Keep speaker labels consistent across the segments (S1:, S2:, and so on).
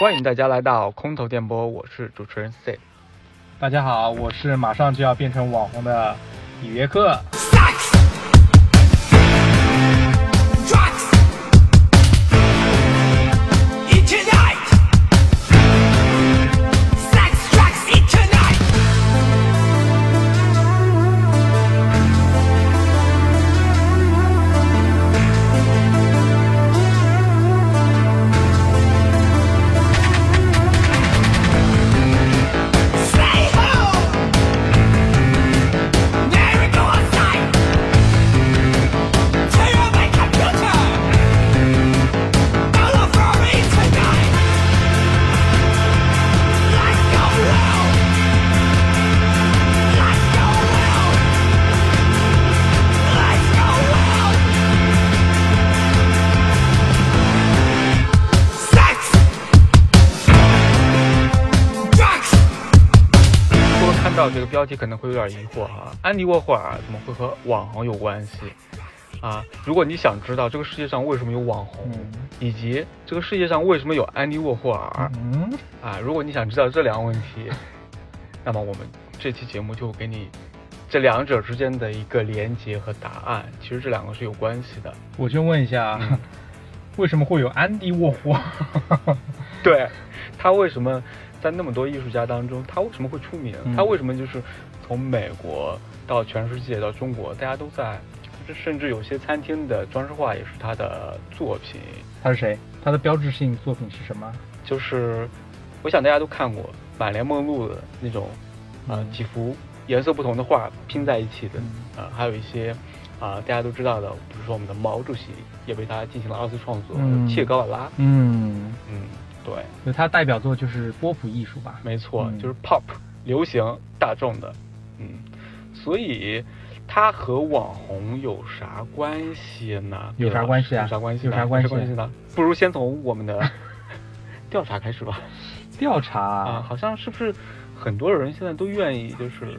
S1: 欢迎大家来到空头电波，我是主持人 C。
S2: 大家好，我是马上就要变成网红的里约克。
S1: 到这个标题可能会有点疑惑哈、啊，安迪沃霍尔怎么会和网红有关系啊？如果你想知道这个世界上为什么有网红，以及这个世界上为什么有安迪沃霍尔
S2: 嗯
S1: 啊，如果你想知道这两个问题，那么我们这期节目就给你这两者之间的一个连接和答案。其实这两个是有关系的。
S2: 我就问一下，
S1: 嗯
S2: 为什么会有安迪沃霍尔？
S1: 对他为什么？在那么多艺术家当中，他为什么会出名？
S2: 嗯
S1: 他为什么就是从美国到全世界到中国，大家都在，就是甚至有些餐厅的装饰画也是他的作品。
S2: 他是谁？他的标志性作品是什么？
S1: 就是我想大家都看过满帘梦露的那种，呃，
S2: 嗯
S1: 几幅颜色不同的画拼在一起的
S2: 嗯，
S1: 呃，还有一些啊、大家都知道的，比如说我们的毛主席也为他进行了二次创作，
S2: 嗯
S1: 切格瓦拉，
S2: 嗯，
S1: 嗯，对，
S2: 就他代表作就是波普艺术吧。
S1: 没错，
S2: 嗯
S1: 就是 pop 流行大众的，嗯，所以它和网红有啥关系呢？
S2: 有啥关系啊
S1: 有啥关系呢？
S2: 有啥关系
S1: 有呢？不如先从我们的 调查开始吧。
S2: 调查
S1: 啊，好像是不是很多人现在都愿意就是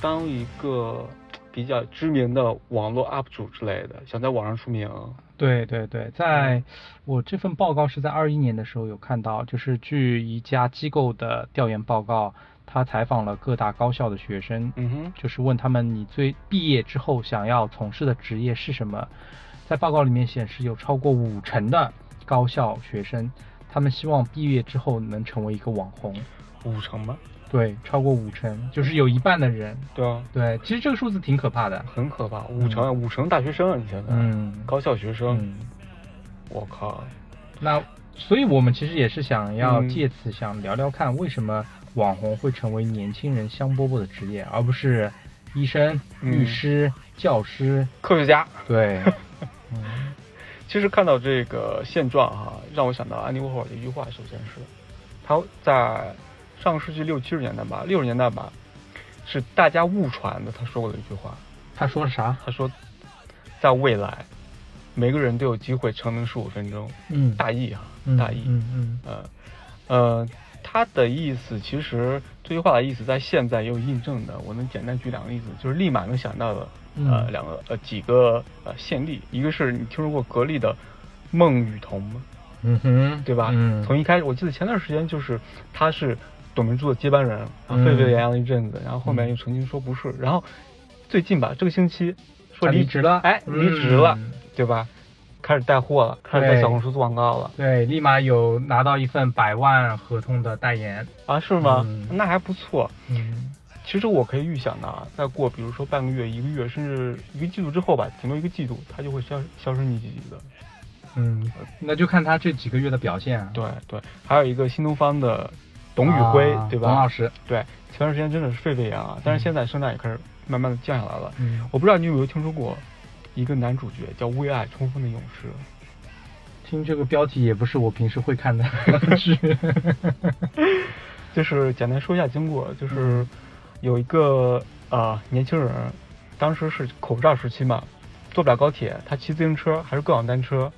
S1: 当一个比较知名的网络 UP 主之类的，想在网上出名。
S2: 对对对，在我这份报告是在二一年的时候有看到，就是据一家机构的调研报告，他采访了各大高校的学生，
S1: 嗯哼，
S2: 就是问他们你最毕业之后想要从事的职业是什么。在报告里面显示，有超过五成的高校学生，他们希望毕业之后能成为一个网红。
S1: 五成吗？
S2: 对，超过五成，就是有一半的人。
S1: 对啊，
S2: 对，其实这个数字挺可怕的。
S1: 很可怕，五成啊，五成大学生啊，你想想，
S2: 嗯
S1: 高校学生。
S2: 嗯，
S1: 我靠，
S2: 那所以我们其实也是想要
S1: 嗯
S2: 借此想聊聊看，为什么网红会成为年轻人香饽饽的职业，而不是医生、
S1: 嗯
S2: 律师、教师。
S1: 科学家。
S2: 对，嗯
S1: 其实看到这个现状哈、让我想到安迪沃霍尔的一句话，首先是他在上个世纪六七十年代吧，六十年代吧，是大家误传的，他说过的一句话，
S2: 他说啥？
S1: 他说，在未来，每个人都有机会成名十五分钟，
S2: 嗯
S1: 大意哈、
S2: 嗯
S1: 大意，
S2: 嗯嗯
S1: 呃，呃，他的意思其实这句话的意思在现在也有印证的。我能简单举两个例子，就是立马能想到的，呃，
S2: 嗯
S1: 两个呃几个呃现例。一个是你听说过格力的孟羽童吗？
S2: 嗯哼，
S1: 对吧？
S2: 嗯，
S1: 从一开始，我记得前段时间就是他是董明珠的接班人，啊，
S2: 嗯
S1: 沸沸扬扬了一阵子，然后后面又曾经说不是，然后最近吧，这个星期说离
S2: 他啊离职了
S1: 哎，离职了，
S2: 嗯
S1: 对吧？开始带货了，开始在
S2: 对
S1: 小红书做广告了。
S2: 对，立马有拿到一份百万合同的代言。
S1: 啊，是吗？
S2: 嗯
S1: 那还不错。
S2: 嗯
S1: 其实我可以预想的啊，再过比如说半个月、一个月，甚至一个季度之后吧，顶多一个季度，它就会消销声匿迹的。
S2: 嗯，那就看他这几个月的表现啊。
S1: 对对，还有一个新东方的董宇辉，
S2: 啊
S1: 对
S2: 董老
S1: 吧？
S2: 师，
S1: 对，前段时间真的是沸沸扬扬，但是
S2: 嗯
S1: 现在声量也开始慢慢的降下来了。
S2: 嗯，
S1: 我不知道你有没有听说过一个男主角叫为爱冲锋的勇士，
S2: 听这个标题也不是我平时 会看的剧。
S1: 就是简单说一下经过，就是有一个啊、呃年轻人，当时是口罩时期嘛，坐不了高铁，他骑自行车还是共享单车，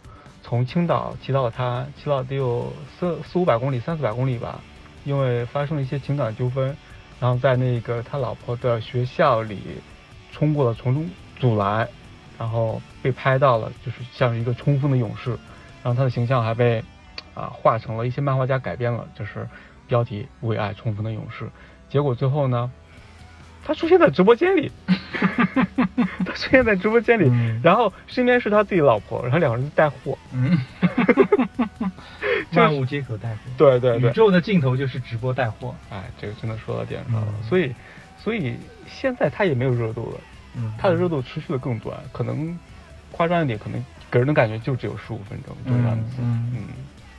S1: 从青岛骑到了他，骑到得有四四五百公里，三四百公里吧，因为发生了一些情感纠纷，然后在那个他老婆的学校里冲过了重重阻拦，然后被拍到了，就是像一个冲锋的勇士，然后他的形象还被啊画成了一些漫画家改编了，就是标题“为爱冲锋的勇士”，结果最后呢，他出现在直播间里，他出现在直播间里，
S3: 嗯
S1: 然后身边是他自己老婆，然后两个人带货，
S3: 嗯，
S1: 就是
S3: 万物皆可带货。
S1: 对对对
S3: 宇，宙的尽头就是直播带货。
S1: 哎，这个真的说到点上了，
S3: 嗯
S1: 所以所以现在他也没有热度了，
S3: 嗯，
S1: 他的热度持续的更短，可能夸张一点，可能给人的感觉就只有十五分钟，就这样子，
S3: 嗯
S1: 嗯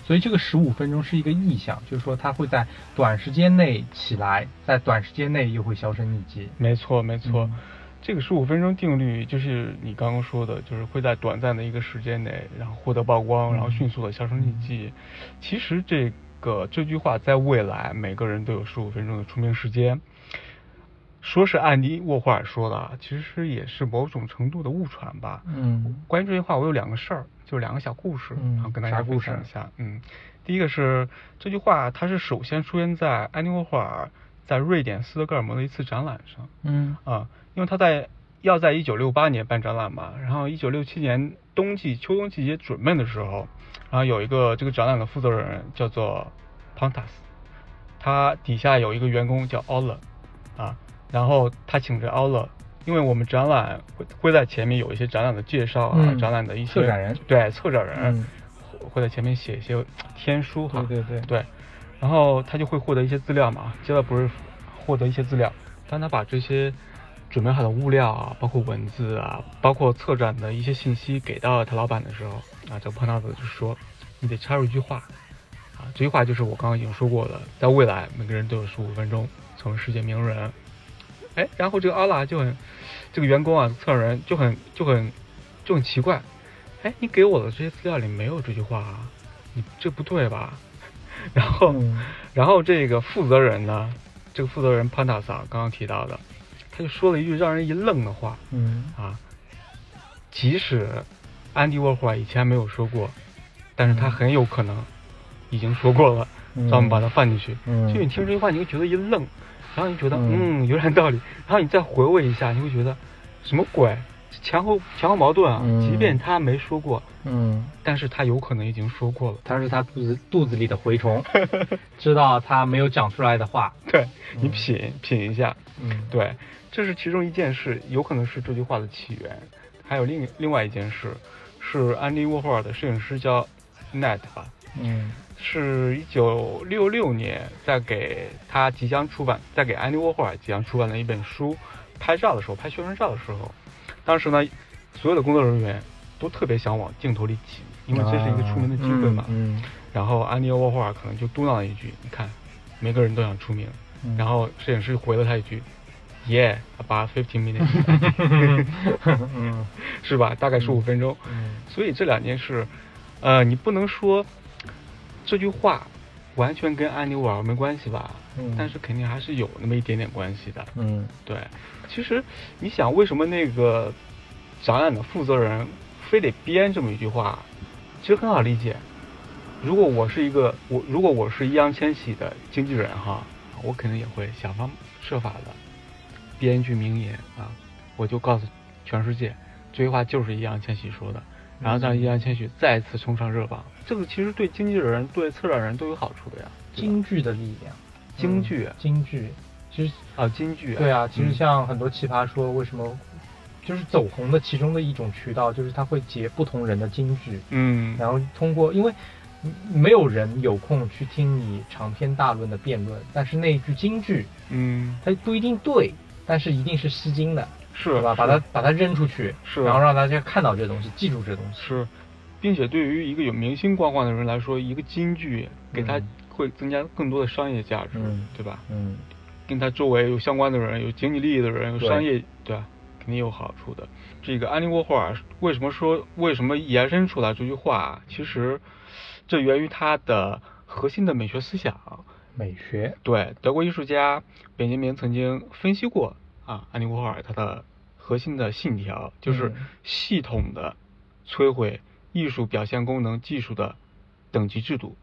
S3: 所以这个十五分钟是一个意象，就是说它会在短时间内起来，在短时间内又会销声匿迹。
S1: 没错没错。
S3: 嗯
S1: 这个十五分钟定律就是你刚刚说的，就是会在短暂的一个时间内，然后获得曝光，
S3: 嗯
S1: 然后迅速的销声匿迹。其实这个这句话在未来每个人都有十五分钟的出名时间，说是安妮沃霍尔说的，啊，其实也是某种程度的误传吧。
S3: 嗯
S1: 关于这句话，我有两个事儿，就是两个小故事，
S3: 嗯
S1: 然后跟大家
S3: 啥
S1: 分
S3: 故事
S1: 享一下。嗯，第一个是这句话，它是首先出现在安妮沃霍尔在瑞典斯德哥尔摩的一次展览上。
S3: 嗯
S1: 啊，因为他在要在一九六八年办展览嘛，然后一九六七年冬季秋冬季节准备的时候，然后有一个这个展览的负责人叫做 Pontas，他底下有一个员工叫 Ola，啊，然后他请这 Ola。因为我们展览会会在前面有一些展览的介绍啊，
S3: 嗯
S1: 展览的一些
S3: 策展人
S1: 对策展人、
S3: 嗯
S1: 会会在前面写一些天书哈，
S3: 对对对
S1: 对，然后他就会获得一些资料嘛，接着不是获得一些资料，当他把这些准备好的物料啊，包括文字啊，包括策展的一些信息给到他老板的时候，啊，这个胖大子就说，你得插入一句话，啊，这句话就是我刚刚已经说过的，在未来每个人都有十五分钟成为世界名人，哎，然后这个阿拉就很，这个员工啊，策展人就很就很就很奇怪，哎，你给我的这些资料里没有这句话啊，你这不对吧？ 然后，
S3: 嗯
S1: 然后这个负责人呢，这个负责人潘塔萨刚刚提到的，他就说了一句让人一愣的话
S3: 嗯
S1: 啊，即使安迪沃霍尔以前没有说过，但是他很有可能已经说过了，
S3: 嗯
S1: 咱们把它放进去。
S3: 嗯
S1: 就你听这句话，你会觉得一愣，然后你觉得
S3: 嗯
S1: 嗯有点道理，然后你再回味一下，你会觉得什么鬼？前后前后矛盾啊！
S3: 嗯
S1: 即便他没说过，
S3: 嗯，
S1: 但是他有可能已经说过了。
S3: 它是它肚子肚子里的蛔 虫，知道它没有讲出来的话。
S1: 对你品、品一下，
S3: 嗯，
S1: 对，这是其中一件事，有可能是这句话的起源。还有另另外一件事，是安迪沃霍尔的摄影师叫 Net 吧，
S3: 嗯
S1: 是一九六六年在给他即将出版，在给安迪沃霍尔即将出版的一本书拍照的时候，拍宣传照的时候，当时呢，所有的工作人员都特别想往镜头里挤，因为这是一个出名的机会嘛。
S3: 嗯，
S1: 然后安迪沃霍尔可能就嘟囔了一句：“你看，每个人都想出名。”
S3: 嗯
S1: 然后摄影师回了他一句：“Yeah, about fifteen minutes，
S3: 嗯
S1: 是吧？大概十五分钟。
S3: 嗯
S1: 所以这两件事，呃，你不能说这句话完全跟安妮沃尔没关系吧？
S3: 嗯
S1: 但是肯定还是有那么一点点关系的。
S3: 嗯
S1: 对，其实你想，为什么那个展览的负责人非得编这么一句话？其实很好理解。如果我是一个我，如果我是易烊千玺的经纪人哈，我肯定也会想方设法的编一句名言啊，我就告诉全世界，这句话就是易烊千玺说的，
S3: 嗯
S1: 然后让易烊千玺再次冲上热榜。这个其实对经纪人、对策展人都有好处的呀。对吧
S3: 京剧的力量，
S1: 京剧
S3: 嗯京剧，其实
S1: 啊，京剧
S3: 对啊，其实
S1: 嗯
S3: 像很多奇葩说，为什么就是走红的其中的一种渠道，就是他会截不同人的金句，
S1: 嗯
S3: 然后通过，因为嗯没有人有空去听你长篇大论的辩论，但是那一句金句，
S1: 嗯
S3: 它不一定对，但是一定是吸睛的，
S1: 是
S3: 对吧？
S1: 是
S3: 把它把它扔出去，
S1: 是
S3: 然后让大家看到这东西，记住这东西，
S1: 是，并且对于一个有明星光环的人来说，一个京剧给他
S3: 嗯
S1: 会增加更多的商业价值，
S3: 嗯
S1: 对吧？
S3: 嗯
S1: 跟他周围有相关的人、有经济利益的人、有
S3: 对
S1: 商业，对吧？肯定有好处的。这个安妮沃霍尔为什么说为什么延伸出来这句话？啊其实这源于他的核心的美学思想。
S3: 美学，
S1: 对，德国艺术家benjamin 曾经分析过啊，安妮沃霍尔他的核心的信条就是
S3: 嗯
S1: 系统的摧毁艺术表现功能技术的等级制度。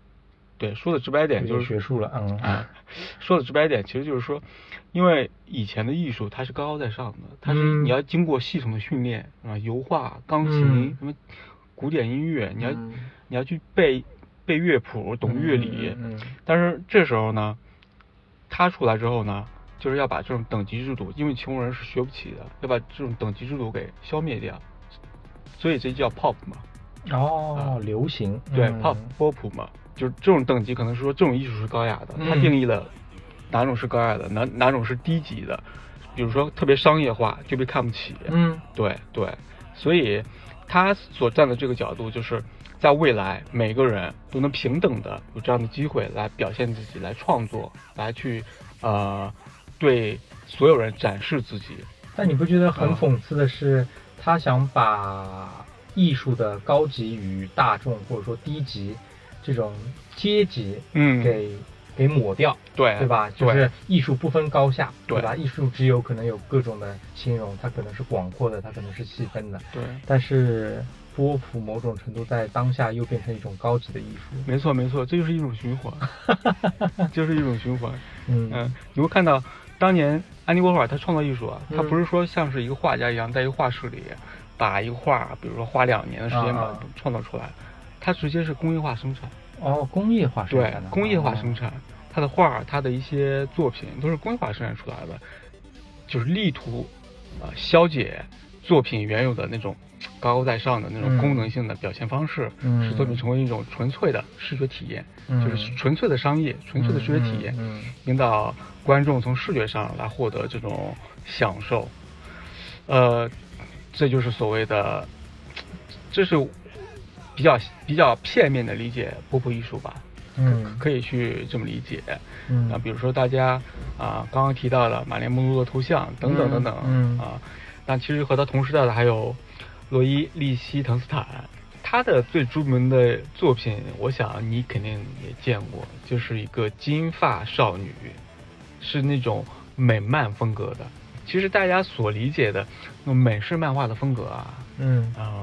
S1: 对，说的直白一点
S3: 有
S1: 就
S3: 点
S1: 是
S3: 学术了，嗯
S1: 啊，说的直白一点，其实就是说，因为以前的艺术它是高高在上的，它是
S3: 嗯
S1: 你要经过系统的训练啊，油画、钢琴、
S3: 嗯
S1: 什么古典音乐，你要、
S3: 嗯
S1: 你要去背背乐谱、懂乐理。
S4: 嗯嗯
S1: 但是这时候呢，他出来之后呢，就是要把这种等级制度，因为穷人是学不起的，要把这种等级制度给消灭掉，所以这叫 pop 嘛，
S2: 哦
S3: 嗯
S1: 啊，
S2: 流行，
S1: 对、
S4: 嗯
S1: pop 波普嘛，就是这种等级，可能是说这种艺术是高雅的，它
S4: 嗯
S1: 定义了哪种是高雅的，哪哪种是低级的，比如说特别商业化就被看不起，
S4: 嗯
S1: 对对，所以他所站的这个角度就是。在未来，每个人都能平等的有这样的机会来表现自己，来创作，来去，呃，对所有人展示自己。
S2: 但你不觉得很
S1: 啊
S2: 讽刺的是，他想把艺术的高级与大众或者说低级这种阶级
S1: 嗯
S2: 给、给抹掉，
S1: 对，
S2: 对吧？就
S1: 对
S2: 是艺术不分高下，对
S1: 对
S2: 吧？艺术只有可能有各种的形容，它可能是广阔的，它可能是细分的，
S1: 对，
S2: 但是波普某种程度在当下又变成一种高级的艺术，
S1: 没错没错，这就是一种循 环，就是一种循环。
S2: 嗯
S1: 嗯，你会看到当年安妮沃霍尔他创作艺术啊，他
S2: 嗯
S1: 不是说像是一个画家一样在一个画室里把一个画，比如说花两年的时间把
S2: 啊啊
S1: 它创造出来，他直接是工业化生产，
S2: 哦，工业化生
S1: 对
S2: 产的，，
S1: 工业化生
S2: 哦，
S1: 产，他的画，他的一些作品都是工业化生产出来的，就是力图啊、呃消解作品原有的那种高高在上的那种
S2: 嗯
S1: 功能性的表现方式，
S2: 嗯
S1: 使作品成为一种纯粹的视觉体验，
S2: 嗯
S1: 就是纯粹的商业、纯粹的视觉体验，
S2: 嗯嗯嗯
S1: 引导观众从视觉上来获得这种享受。呃，这就是所谓的，这是比较比较片面的理解波普艺术吧。
S2: 嗯
S1: 可以去这么理解。
S2: 嗯
S1: 啊，比如说大家啊、刚刚提到了马莲梦露的头像等等等等，
S2: 嗯嗯
S1: 啊，那其实和他同时代的还有罗伊利希滕斯坦，他的最著名的作品，我想你肯定也见过，就是一个金发少女，是那种美漫风格的。其实大家所理解的那种美式漫画的风格啊，
S2: 嗯
S1: 嗯，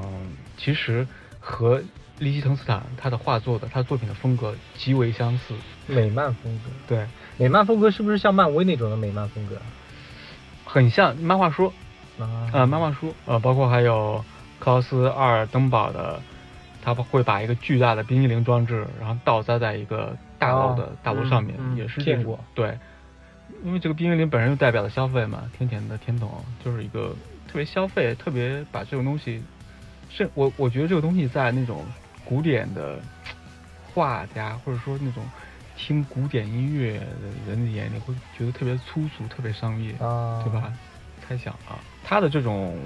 S1: 其实和利希滕斯坦他的画作的他作品的风格极为相似。
S2: 美漫风格。
S1: 对，
S2: 美漫风格是不是像漫威那种的美漫风格
S1: 很像漫画书，
S2: 啊
S1: 呃，漫画书，呃，包括还有克劳斯·阿尔登堡的，他会把一个巨大的冰激凌装置，然后倒栽在一个大楼的、
S2: 哦
S1: 大楼上面，
S2: 嗯嗯
S1: 也是这
S2: 见
S1: 种
S2: 过
S1: 对，因为这个冰激凌本身就代表了消费嘛，甜甜的甜筒就是一个特别消费，特别把这种东西，是我我觉得这个东西在那种古典的画家或者说那种。听古典音乐的人的眼里会觉得特别粗俗，特别商业
S2: 啊，
S1: 对吧？？猜想啊，他的这种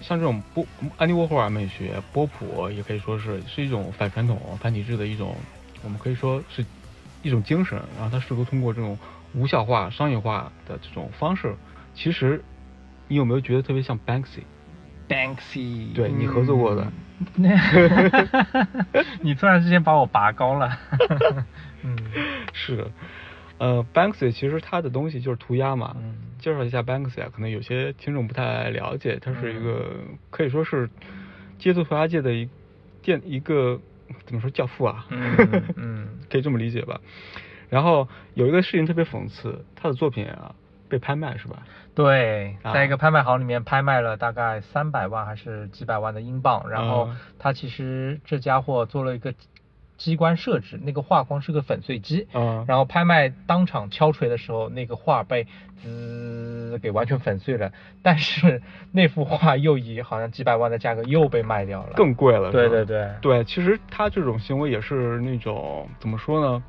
S1: 像这种波安妮沃霍尔美学、波普，也可以说是是一种反传统、反体制的一种，我们可以说是一种精神。然后他试图通过这种无效化、商业化的这种方式，其实你有没有觉得特别像 Banksy？
S2: Banksy，
S1: 对你合作过的，
S2: 你突然之间把我拔高了， 嗯
S1: 是的，呃，Banksy 其实他的东西就是涂鸦嘛。
S2: 嗯
S1: 介绍一下 Banksy 啊，可能有些听众不太了解，他是一
S2: 嗯
S1: 个、可以说是街头涂鸦界的一电一个怎么说教父啊，
S2: 嗯嗯
S1: 可以这么理解吧。然后有一个事情特别讽刺，他的作品啊被拍卖是吧？
S2: 对，
S1: 啊
S2: 在一个拍卖行里面拍卖了大概三百万还是几百万的英镑，然后
S1: 嗯
S2: 他其实这家伙做了一个机关设置，那个画框是个粉碎机，
S1: 嗯
S2: 然后拍卖当场敲锤的时候，那个画被滋给完全粉碎了，但是那幅画又以好像几百万的价格又被卖掉了，
S1: 更贵了。
S2: 对
S1: 是吧
S2: 对对
S1: 对，其实他这种行为也是那种怎么说呢？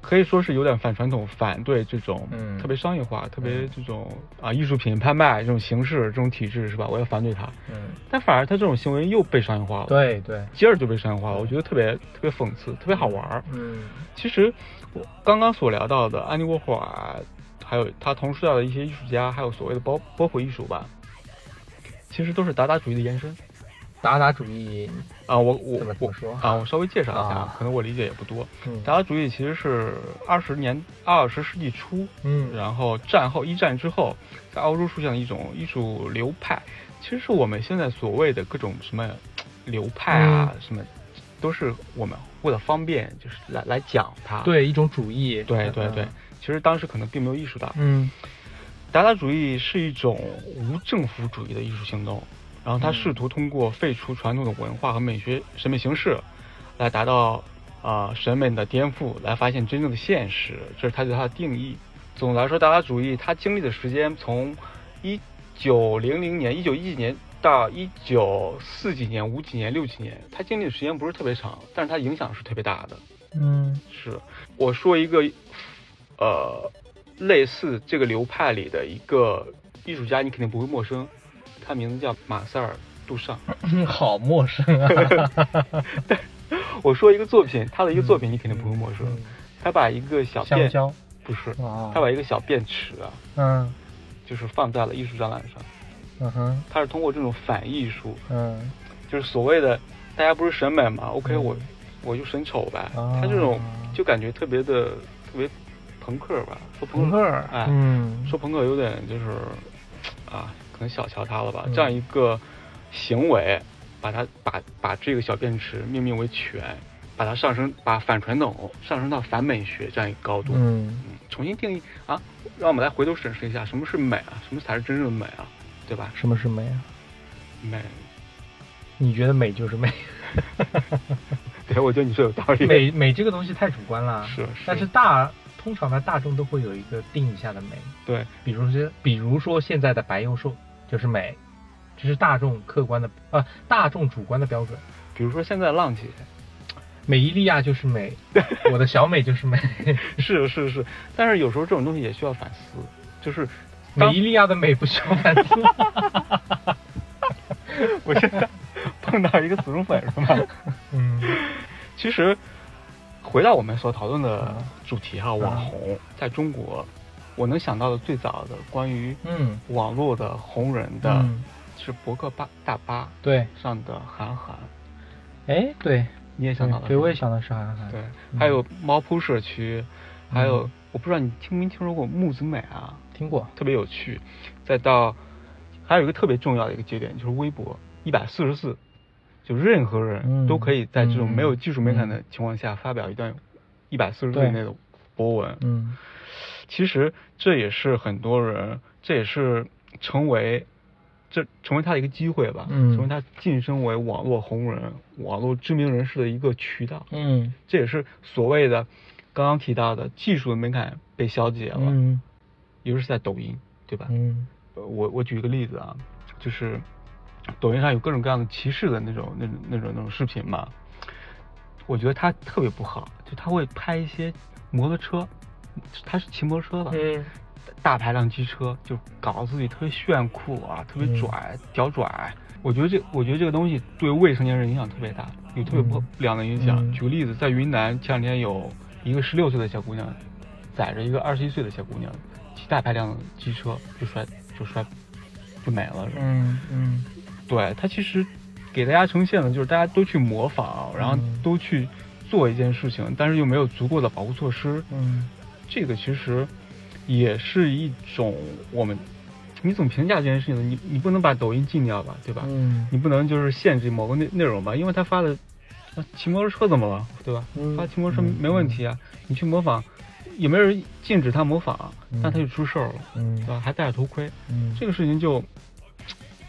S1: 可以说是有点反传统，反对这种
S2: 嗯
S1: 特别商业化、特别
S2: 嗯
S1: 这种啊艺术品拍卖这种形式、这种体制是吧？我要反对它。
S2: 嗯，
S1: 但反而他这种行为又被商业化了，，
S2: 对对，
S1: 接着就被商业化了，我觉得特别特别讽刺，特别好玩儿。
S2: 嗯
S1: 其实我刚刚所聊到的安妮沃霍尔，还有他同时代的一些艺术家，还有所谓的包包括艺术吧，其实都是达达主义的延伸。
S2: 达达主义，
S1: 啊，我我
S2: 怎么这么
S1: 我
S2: 说
S1: 啊，我稍微介绍一下，
S2: 啊
S1: 可能我理解也不多。
S2: 嗯
S1: 达达主义其实是二十年二十世纪初，
S2: 嗯
S1: 然后战后一战之后，在欧洲出现了一种艺术流派，其实是我们现在所谓的各种什么流派啊，什么都是我们为了方便就是来来讲它。
S2: 对嗯一种主义，
S1: 对对对，其实当时可能并没有意识到，
S2: 嗯
S1: 达达主义是一种无政府主义的艺术行动，然后它试图通过废除传统的文化和美学审美形式，来达到啊、审美的颠覆来发现真正的现实，这是他对它的定义。总的来说，达达主义它经历的时间从一九零零年、一九一几年到一九四几年、五几年、六几年，它经历的时间不是特别长，但是它影响是特别大的。
S2: 嗯
S1: 是我说一个，呃，类似这个流派里的一个艺术家，你肯定不会陌生，他名字叫马塞尔·杜尚。
S2: 嗯，好陌生啊。
S1: 我说一个作品，他的一个作品你肯定不会陌生，他把一个小
S2: 嗯香
S1: 便
S2: 蕉
S1: 不是，
S2: 啊
S1: 他，把一个小便池啊，
S2: 嗯
S1: 就是放在了艺术展览上，
S2: 嗯哼
S1: 他是通过这种反艺术，
S2: 嗯
S1: 就是所谓的大家不是审美嘛，OK，
S2: 嗯
S1: 我我就审丑呗，
S2: 啊
S1: 他这种就感觉特别的特别朋克吧，说
S2: 朋
S1: 朋
S2: 克
S1: 克，
S2: 儿，
S1: 哎
S2: 嗯，
S1: 说朋克有点就是啊，可能小瞧他了吧，
S2: 嗯
S1: 这样一个行为，把他把把这个小便池命名为犬，把它上升把反传统上升到反美学这样一个高度，
S2: 嗯
S1: 嗯重新定义啊，让我们来回头审视一下什么是美啊，什么才是真正的美啊，对吧？
S2: 什么是美啊？
S1: 美，
S2: 你觉得美就是美？
S1: 对我觉得你说有道理。
S2: 美美这个东西太主观了，
S1: 是是
S2: 但是大通常呢，大众都会有一个定义下的美，
S1: 对，
S2: 比如说，比如说现在的白幼瘦就是美，这是大众客观的呃大众主观的标准。
S1: 比如说现在浪姐，
S2: 美伊利亚就是 美，我的小美就是美，
S1: 是是是，但是有时候这种东西也需要反思，就是
S2: 美伊利亚的美不需要反思。
S1: 我现在 碰到一个死忠粉是吧？
S2: 嗯
S1: 其实回到我们所讨论的主题
S2: 嗯
S1: 哈，网红在中国，我能想到的最早的关于
S2: 嗯
S1: 网络的红人的
S2: 嗯，
S1: 是博客巴大巴
S2: 对，
S1: 上的韩寒，
S2: 哎对，
S1: 你也想到了
S2: 对，
S1: 是吧
S2: 我也想到是韩寒，
S1: 对，
S2: 嗯
S1: 还有猫扑社区，还有我不知道你听没听说过木子美啊，
S2: 听过，
S1: 特别有趣。再到还有一个特别重要的一个节点就是微博一百四十四，就任何人
S2: 嗯
S1: 都可以在这种
S2: 嗯
S1: 没有技术门槛的情况下发表一段一百四十字以内的博文。
S2: 嗯
S1: 其实这也是很多人，这也是成为这成为他的一个机会吧，
S2: 嗯
S1: 成为他晋升为网络红人、网络知名人士的一个渠道。
S2: 嗯
S1: 这也是所谓的刚刚提到的技术的门槛被消解了，
S2: 嗯
S1: 尤其是在抖音，对吧？
S2: 嗯
S1: 呃我我举一个例子啊，就是抖音上有各种各样的歧视的那种那种那种那种视频嘛，我觉得他特别不好，就他会拍一些摩托车，他是骑摩托车吧，
S2: 嗯
S1: 大排量机车，就搞得自己特别炫酷啊，特别拽，
S2: 嗯
S1: 屌拽。我觉得这，我觉得这个东西对未成年人影响特别大，有特别不
S2: 嗯
S1: 良的影响。
S2: 嗯
S1: 举个例子，在云南前两天有一个十六岁的小姑娘，载着一个二十一岁的小姑娘，骑大排量的机车就摔就摔就没了。
S2: 嗯嗯
S1: 对它其实给大家呈现的就是大家都去模仿，然后
S2: 嗯
S1: 都去做一件事情，但是又没有足够的保护措施，
S2: 嗯
S1: 这个其实也是一种我们，你怎么评价这件事情呢？你你不能把抖音禁掉吧，对吧？
S2: 嗯
S1: 你不能就是限制某个内内容吧，因为他发的啊骑摩托车怎么了，对吧？
S2: 嗯
S1: 发骑摩托车没问题啊，你去模仿，也没有人禁止他模仿，
S2: 嗯
S1: 但他就出事儿了，对
S2: 嗯
S1: 吧？还戴着头盔，
S2: 嗯
S1: 这个事情就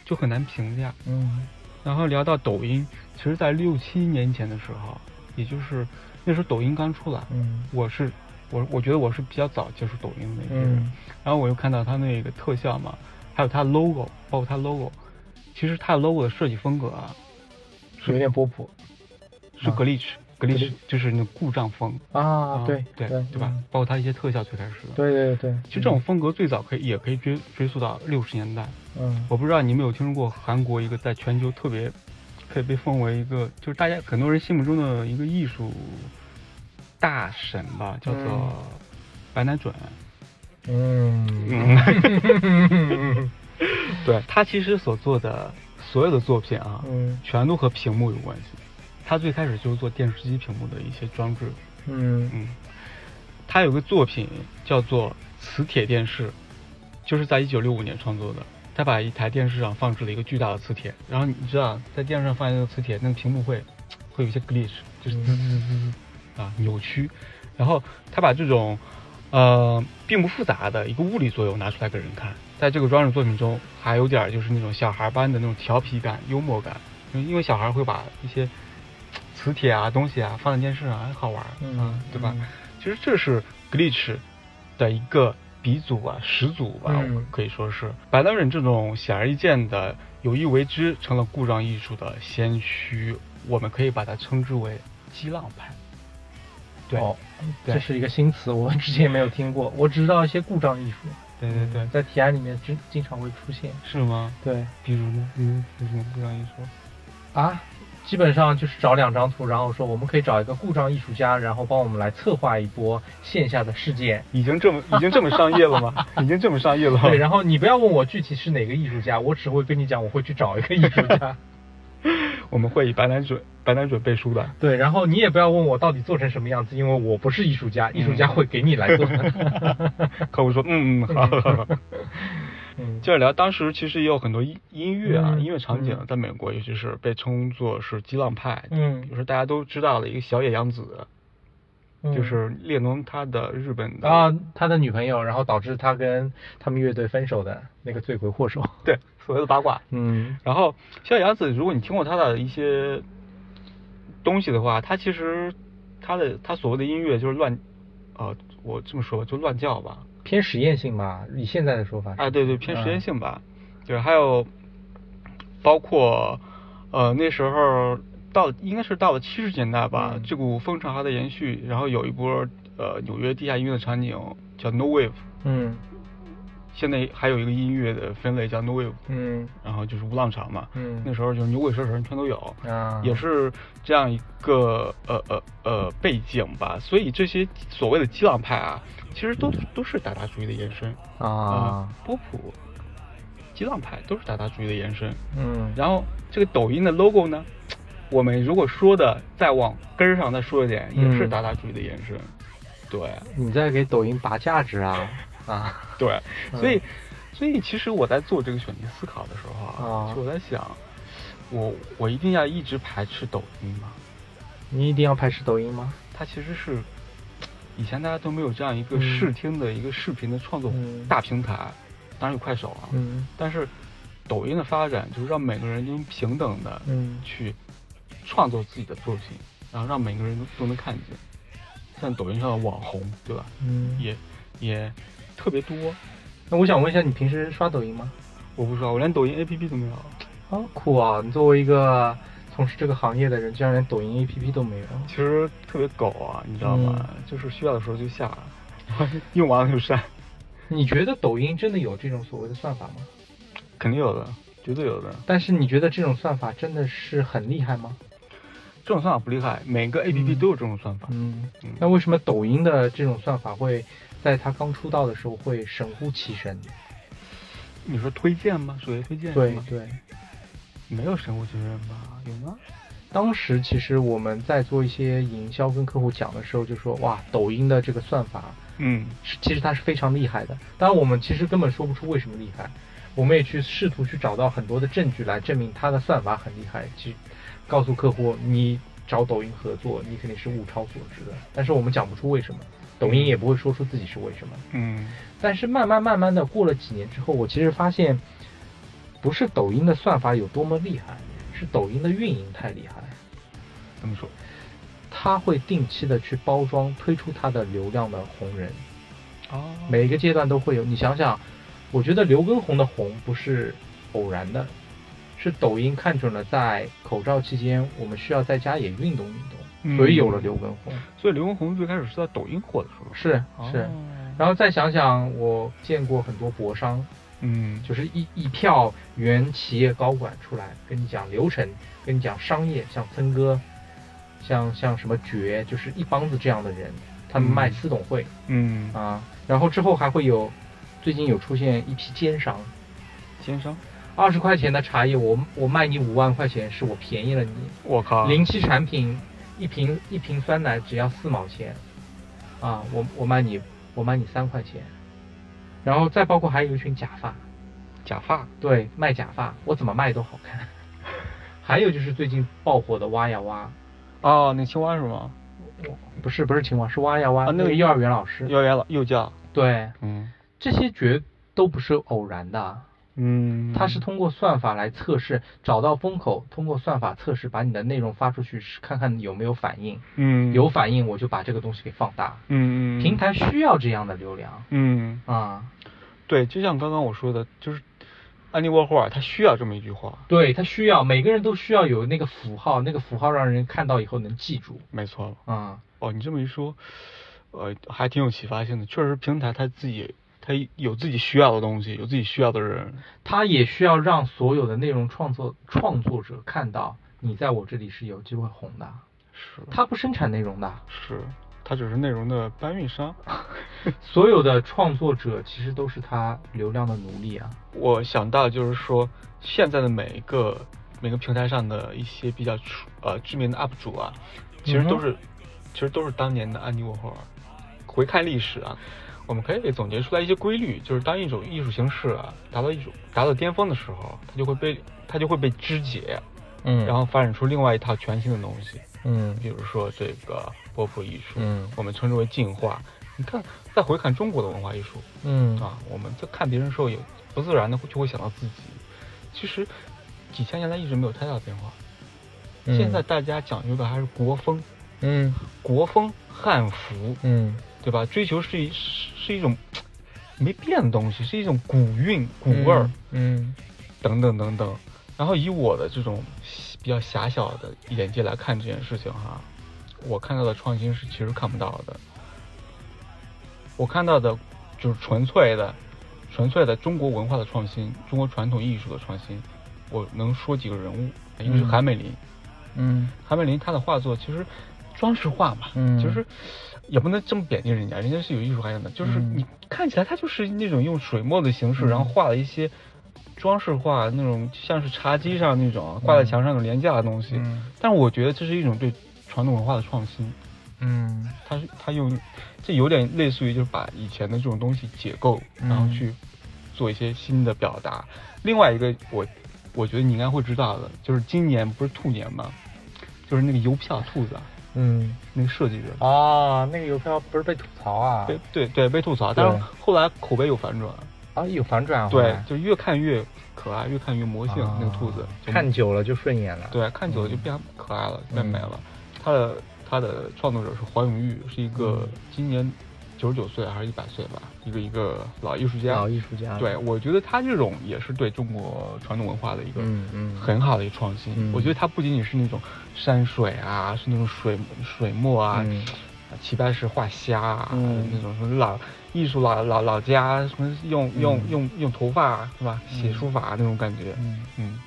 S1: 就很难评价。
S2: 嗯
S1: 然后聊到抖音，其实在六七年前的时候，也就是那时候抖音刚出来，
S2: 嗯
S1: 我是我我觉得我是比较早接触抖音的那个人，
S2: 嗯
S1: 然后我又看到它那个特效嘛，还有它 logo，包括它 logo，其实它 logo 的设计风格啊
S2: 有点波普
S1: 是
S2: 啊
S1: glitch、glitch 就是那故障风
S2: 啊，对
S1: 嗯对
S2: 对
S1: 对吧？？包括它一些特效最开始的，
S2: 对对对，
S1: 其实这种风格最早可以也可以追追溯到六十年代，
S2: 嗯
S1: 我不知道你们有听说过韩国一个在全球特别可以被奉为一个就是大家很多人心目中的一个艺术大神吧，叫做
S2: 嗯
S1: 白乃准。
S2: 嗯
S1: 嗯， 对他其实所做的所有的作品啊，
S2: 嗯
S1: 全都和屏幕有关系。他最开始就是做电视机屏幕的一些装置，
S2: 嗯
S1: 嗯，他有个作品叫做《磁铁电视》，就是在一九六五年创作的。他把一台电视上放置了一个巨大的磁铁，然后你知道，在电视上放一个磁铁，那个屏幕会会有一些 glitch，就是滋滋滋滋啊扭曲。然后他把这种呃并不复杂的一个物理作用拿出来给人看，在这个装置作品中还有点儿就是那种小孩般的那种调皮感、幽默感，因为因为小孩会把一些磁铁啊、东西啊放在电视上、啊，好玩儿，
S2: 嗯，
S1: 对吧？其实这是 glitch 的一个鼻祖啊、始祖吧，
S2: 嗯
S1: 我可以说是白刀忍这种显而易见的有意为之，成了故障艺术的先驱，我们可以把它称之为激浪派。对，
S2: 哦
S1: 对
S2: 这是一个新词，我之前没有听过，我只知道一些故障艺术，
S1: 对对对，
S2: 在提案里面经经常会出现。
S1: 是吗？
S2: 对
S1: 比如呢？比
S2: 嗯
S1: 如比如故障艺术？
S2: 啊，基本上就是找两张图，然后说我们可以找一个故障艺术家，然后帮我们来策划一波线下的 事件。
S1: 已经这么已经这么商业了 吗？已经这么商业了吗？
S2: 对，然后你不要问我具体是哪个艺术家，我只会跟你讲我会去找一个艺术家。
S1: 我们会以白南准白南准背书的。
S2: 对，然后你也不要问我到底做成什么样子，因为我不是艺术
S1: 嗯
S2: 家，艺术家会给你来做。
S1: 客户说，嗯，好好好。
S2: 嗯，
S1: 接着聊，当时其实也有很多音音乐啊，
S2: 嗯
S1: 音乐场景
S2: 嗯
S1: 在美国，尤其是被称作是激浪派。
S2: 嗯
S1: 比如说大家都知道的一个小野洋子，
S2: 嗯
S1: 就是列侬他的日本的，
S2: 啊，他的女朋友，然后导致他跟他们乐队分手的那个罪魁祸首。
S1: 对所谓的八卦。
S2: 嗯
S1: 然后小野洋子，如果你听过他的一些东西的话，他其实他的他所谓的音乐就是乱，呃，我这么说吧，就乱叫吧，
S2: 偏实验性吧，以现在的说法是。
S1: 啊，对对，偏实验性吧。对，还有包括呃那时候到应该是到了七十年代吧，
S2: 嗯
S1: 这股风潮还在延续，然后有一波呃纽约地下音乐的场景叫 No Wave，
S2: 嗯
S1: 现在还有一个音乐的分类叫 No Wave，
S2: 嗯
S1: 然后就是无浪潮嘛。
S2: 嗯，
S1: 那时候就是牛鬼蛇神全都有，
S2: 啊
S1: 也是这样一个呃呃呃背景吧，所以这些所谓的激浪派啊，其实都都是达达主义的延伸。
S2: 啊，
S1: 波普、激浪派都是达达主义的延伸。
S2: 嗯
S1: 然后这个抖音的 logo 呢，我们如果说的再往根儿上再说一点，也是
S2: 嗯
S1: 达达主义的延伸。对
S2: 你在给抖音拔价值啊啊！
S1: 对，所以所以其实我在做这个选题思考的时候啊，
S2: 啊
S1: 就我在想，我我一定要一直排斥抖音吗？
S2: 你一定要排斥抖音吗？
S1: 它其实是。以前大家都没有这样一个
S2: 嗯
S1: 视听的一个视频的创作
S2: 嗯
S1: 大平台，当然有快手啊，
S2: 嗯
S1: 但是抖音的发展就是让每个人都能平等的
S2: 嗯
S1: 去创作自己的作品，然后让每个人都能看见。像抖音上的网红，对吧？
S2: 嗯。
S1: 也也特别多。
S2: 那我想问一下，你平时刷抖音吗？
S1: 我不知道，我连抖音 APP 都没有。
S2: 好酷啊！你作为一个从事这个行业的人，居然连抖音 APP 都没有。
S1: 其实特别狗啊，你知道吗？
S2: 嗯
S1: 就是需要的时候就下， 用完了就删，
S2: 你觉得抖音真的有这种所谓的算法吗？
S1: 肯定有的，绝对有的。
S2: 但是你觉得这种算法真的是很厉害吗？
S1: 这种算法不厉害，每个 APP
S2: 嗯
S1: 都有这种算法。
S2: 嗯
S1: 嗯，
S2: 那为什么抖音的这种算法会在它刚出道的时候会神乎其神？
S1: 你说推荐吗？属于推荐是
S2: 对
S1: 吗？
S2: 对，
S1: 没有神乎其神吧？有吗？
S2: 当时其实我们在做一些营销跟客户讲的时候，就说哇，抖音的这个算法
S1: 嗯，
S2: 是其实它是非常厉害的。当然，我们其实根本说不出为什么厉害，我们也去试图去找到很多的证据来证明它的算法很厉害，去告诉客户你找抖音合作，你肯定是物超所值的。但是我们讲不出为什么，抖音也不会说出自己是为什么。
S1: 嗯，
S2: 但是慢慢慢慢的过了几年之后，我其实发现，不是抖音的算法有多么厉害，是抖音的运营太厉害。
S1: 怎么说？
S2: 它会定期的去包装推出它的流量的红人，
S1: 哦，
S2: 每一个阶段都会有。你想想，我觉得刘畊宏的红不是偶然的，是抖音看准了在口罩期间我们需要在家也运动运
S1: 嗯
S2: 动，所以有了刘畊宏。
S1: 所以刘畊宏最开始是在抖音火的时候。
S2: 是
S1: 哦
S2: 是，然后再想想，我见过很多博商，
S1: 嗯，
S2: 就是一一票原企业高管出来跟你讲流程，跟你讲商业，像森哥，像像什么爵，就是一帮子这样的人，他们
S1: 嗯
S2: 卖私董会、
S1: 嗯，
S2: 啊，然后之后还会有，最近有出现一批奸商，
S1: 奸商，
S2: 二十块钱的茶叶，我我卖你五万块钱，是我便宜了你，
S1: 我靠，
S2: 零七产品，一瓶一瓶酸奶只要四毛钱，啊，我我卖你我卖你三块钱，然后再包括还有一群假发。
S1: 假发，
S2: 对，卖假发，我怎么卖都好看。 还有就是最近爆火的挖呀挖，
S1: 哦，那青蛙是吗？
S2: 不是不是青蛙，是挖呀挖、
S1: 啊那
S2: 那
S1: 个
S2: 个幼儿园老师。
S1: 幼儿园老幼教，
S2: 对，
S1: 嗯
S2: 这些绝都不是偶然的，啊
S1: 嗯，
S3: 它是通过算法来测试，找到风口，通过算法测试把你的内容发出去，看看有没有反应。
S1: 嗯
S3: 有反应，我就把这个东西给放大。
S1: 嗯嗯
S3: 平台需要这样的流量
S1: 嗯
S3: 啊、
S1: 对，就像刚刚我说的，就是安妮沃霍尔他需要这么一句话，
S3: 对，它需要每个人都需要有那个符号，那个符号让人看到以后能记住
S1: 没错。
S3: 啊、
S1: 哦，你这么一说，呃，还挺有启发性的。确实，平台他自己他有自己需要的东西，有自己需要的人。
S3: 它也需要让所有的内容创作创作者看到你在我这里是有机会红的，
S1: 是
S3: 它不生产内容的。
S1: 是，他只是内容的搬运商。
S3: 所有的创作者其实都是他流量的奴隶啊。
S1: 我想到就是说，现在的每一个每个平台上的一些比较出呃知名的 UP 主啊，其实
S2: 嗯
S1: 都是、其实都是当年的安妮沃霍尔。回看历史啊，我们可以总结出来一些规律，就是当一种艺术形式啊达到一种达到巅峰的时候，它就会被它就会被肢解，
S2: 嗯
S1: 然后发展出另外一套全新的东西。
S2: 嗯
S1: 比如说这个波普艺术，
S2: 嗯
S1: 我们称之为进化。你看，再回看中国的文化艺术，
S2: 嗯
S1: 啊，我们在看别人的时候，也不自然的就会想到自己。其实几千年来一直没有太大的变化，
S2: 嗯
S1: 现在大家讲究的还是国风，
S2: 嗯
S1: 国风汉服，
S2: 嗯
S1: 对吧？追求是一是是一种没变的东西，是一种古韵、古味儿、
S2: 嗯
S1: 等等等等。然后以我的这种比较狭小的眼界来看这件事情哈，我看到的创新是其实看不到的。我看到的，就是纯粹的、纯粹的中国文化的创新，中国传统艺术的创新。我能说几个人物，一个是
S2: 嗯
S1: 韩美林，
S2: 嗯
S1: 韩美林她的画作其实装饰画嘛，
S2: 嗯
S1: 就是也不能这么贬低人家，人家是有艺术涵养的。就是
S2: 嗯
S1: 你看起来他就是那种用水墨的形式，然后画了一些装饰画，那种像是茶几上那种挂在墙上的廉价的东西。
S2: 嗯
S1: 但我觉得这是一种对传统文化的创新，
S2: 嗯
S1: 他是他用这有点类似于就是把以前的这种东西解构，然后
S2: 嗯
S1: 去做一些新的表达。另外一个我我觉得你应该会知道的，就是今年不是兔年嘛，就是那个邮票兔子啊，
S2: 嗯
S1: 那个设计人。
S2: 啊，那个邮票不是被吐槽啊？
S1: 被对对被吐槽，但是
S2: 对
S1: 后来口碑有反转，
S2: 啊，有反转啊
S1: 对，就越看越可爱，越看越魔性。
S2: 啊
S1: 那个兔子，就
S2: 看久了就顺眼了。
S1: 对看久了就
S2: 嗯
S1: 变可爱了，变美了。它的它的创作者是黄永玉，是一个
S2: 嗯
S1: 今年九十九岁还是一百岁吧，一个一个老艺术家
S2: 老。艺术家了。
S1: 对，我觉得他这种也是对中国传统文化的一个
S2: 嗯嗯，
S1: 很好的一个创新。
S2: 嗯
S1: 我觉得它不仅仅是那种山水啊，是那种水水墨啊，
S2: 嗯
S1: 齐白石画虾啊，
S2: 嗯
S1: 那种什么老艺术老老老家什么用用、
S2: 嗯
S1: 用用头发啊是吧？
S2: 嗯
S1: 写书法那种感觉，
S2: 嗯
S1: 嗯，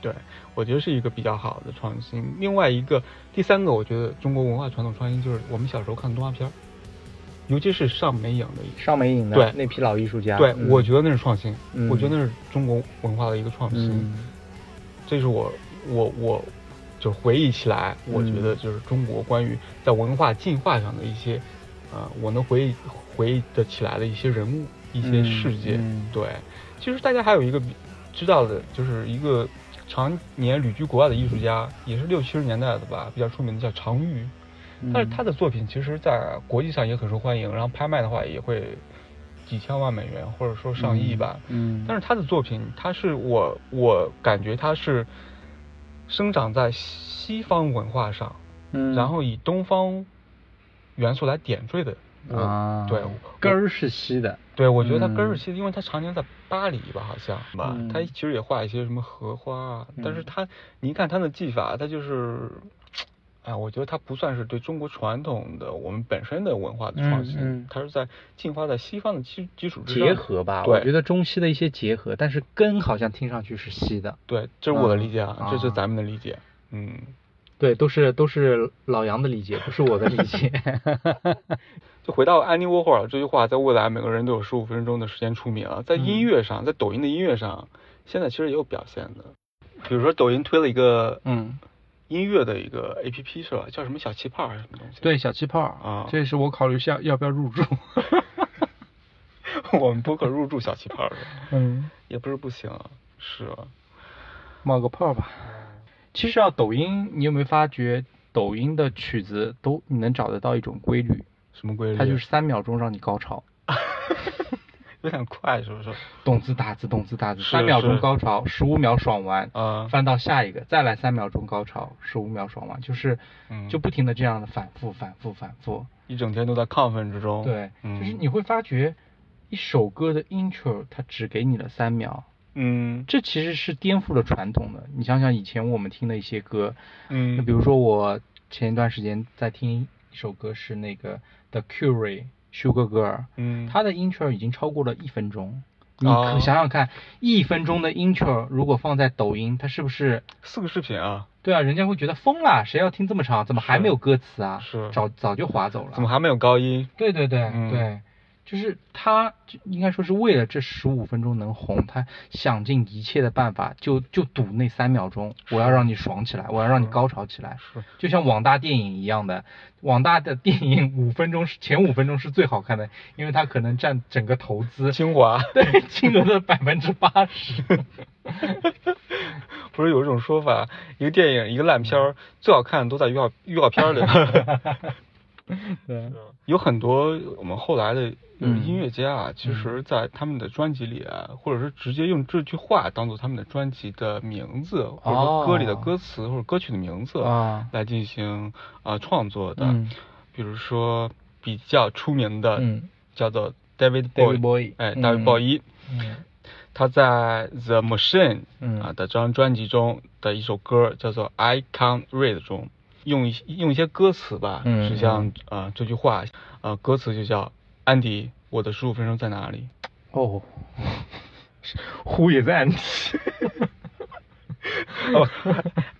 S1: 对，我觉得是一个比较好的创新。另外一个，第三个，我觉得中国文化传统创新就是我们小时候看动画片儿，尤其是上美影的一。
S2: 上美影的
S1: 对
S2: 那批老艺术家，
S1: 对，
S2: 嗯
S1: 我觉得那是创新，
S2: 嗯
S1: 我觉得那是中国文化的一个创新。
S2: 嗯
S1: 这是我我我就回忆起来，我觉
S2: 嗯
S1: 得就是中国关于在文化进化上的一些，呃，我能回忆回忆得起来的一些人物、一些事件。
S2: 嗯嗯
S1: 对，其实大家还有一个比知道的，就是一个常年旅居国外的艺术家，也是六七十年代的吧，比较出名的叫常玉。
S2: 嗯
S1: 但是他的作品其实，在国际上也很受欢迎，然后拍卖的话也会几千万美元，或者说上亿吧。
S2: 嗯，
S1: 但是他的作品，他是我我感觉他是生长在西方文化上，
S2: 嗯
S1: 然后以东方元素来点缀的。我
S2: 啊，
S1: 对
S2: 根儿是稀的，
S1: 对，我觉得他根儿
S2: 嗯
S1: 其实，因为他常年在巴黎吧，好像吧，
S2: 嗯
S1: 他其实也画一些什么荷花啊，但是
S2: 嗯
S1: 他你一看他的技法，他就是。哎，我觉得他不算是对中国传统的我们本身的文化的创
S2: 嗯
S1: 新，
S2: 嗯
S1: 他是在进化在西方的基基础之上
S2: 结合吧，
S1: 对
S2: 我觉得中西的一些结合，但是根好像听上去是稀的，
S1: 对，这是我的理解
S2: 啊
S1: 这是
S2: 啊
S1: 咱们的理解，嗯。
S2: 对，都是都是老杨的理解，不是我的理解，
S1: 就回到安妮沃霍尔这句话，在未来每个人都有十五分钟的时间出名啊，在
S2: 嗯
S1: 音乐上，在抖音的音乐上，现在其实也有表现的，比如说抖音推了一个
S3: 嗯，
S1: 音乐的一个 A P P 是吧？叫什么小气泡还是什么东西？，
S3: 对，小气泡
S1: 啊
S3: 这也是我考虑下要不要入驻。
S1: 我们播客入驻小气泡的，
S3: 嗯，
S1: 也不是不行啊，是啊，
S3: 冒个泡吧。 其实啊，抖音你有没有发觉，抖音的曲子都你能找得到一种规律，
S1: 什么规律？
S3: 它就是三秒钟让你高潮。
S1: 有点快，是不是？
S2: 懂字打字，懂字打字，
S1: 是
S2: 三秒钟
S1: 是
S2: 高潮，十五秒爽完，
S1: 啊、
S2: 翻到下一个，再来三秒钟高潮，十五秒爽完，就是
S1: 嗯
S2: 就不停的这样的反复、反复、反复。
S1: 一整天都在亢奋之中。
S2: 对，
S1: 嗯、
S2: 就是你会发觉一首歌的 intro 它只给你了三秒，
S1: 嗯
S2: 这其实是颠覆了传统的。你想想以前我们听的一些歌，那
S1: 嗯，
S2: 比如说我前一段时间在听一首歌是那个 The Cure Sugar Girl，
S1: 嗯
S2: 它的 intro 已经超过了一分钟。你
S1: 哦
S2: 可想想看，一分钟的 intro 如果放在抖音，它是不是？
S1: 四个视频啊，
S2: 对啊，人家会觉得疯了，谁要听这么长？怎么还没有歌词啊？
S1: 是
S2: 早早就划走了。
S1: 怎么还没有高音？
S2: 对对对、
S1: 嗯
S2: 对，就是他就应该说是为了这十五分钟能红，他想尽一切的办法，就就赌那三秒钟，我要让你爽起来，我要让你高潮起来，
S1: 是
S2: 就像网大电影一样的，网大的电影五分钟是前五分钟是最好看的，因为它可能占整个投资
S1: 清华
S2: 对 金额的百分之八十。
S1: 不是有一种说法，一个电影一个烂片
S2: 嗯
S1: 儿最好看都在预告预告片儿里。
S2: 对，
S1: 有很多我们后来的呃
S2: 嗯
S1: 音乐家啊，其实，在他们的专辑里啊，或者是直接用这句话当做他们的专辑的名字，
S2: 哦
S1: 或者说歌里的歌词或者歌曲的名字
S2: 啊
S1: 来进行啊创作的。
S2: 嗯
S1: 比如说比较出名的
S2: 嗯
S1: 叫做 David
S2: David Bowie，
S1: Bowie，哎，David
S2: 嗯
S1: Bowie，
S2: 嗯
S1: 他在 The Machine
S2: 嗯
S1: 啊的这张专辑中的一首歌叫做《I Can't Read》中，用一用一些歌词吧，
S2: 嗯
S1: 是像啊、呃这句话，啊歌词就叫“安迪，我的十五分钟在哪 里
S2: 哦，Who is Andy？”
S1: 哦，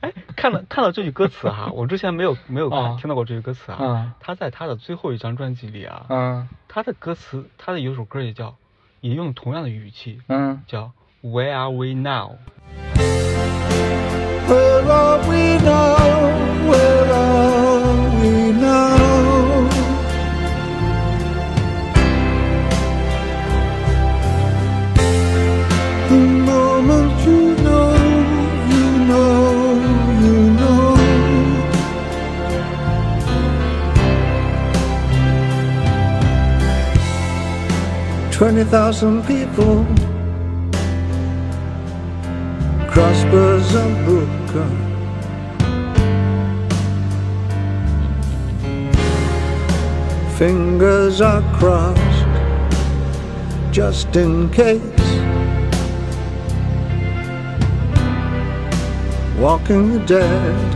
S1: 哎，看了看到这句歌词哈、我之前没有没有看、
S2: 啊
S1: 听到过这句歌词啊。
S2: 啊
S1: 他在他的最后一张专辑里啊，
S2: 嗯
S1: 他的歌词，他的有首歌也叫，也用同样的语气，
S2: 嗯。
S1: 叫 “Where Are We Now”。
S5: Where are we now? Where are we now? The moment you know, you know, you know. Twenty thousand people crossbows and Brooklyn. Fingers are crossed just in case. Walking the dead.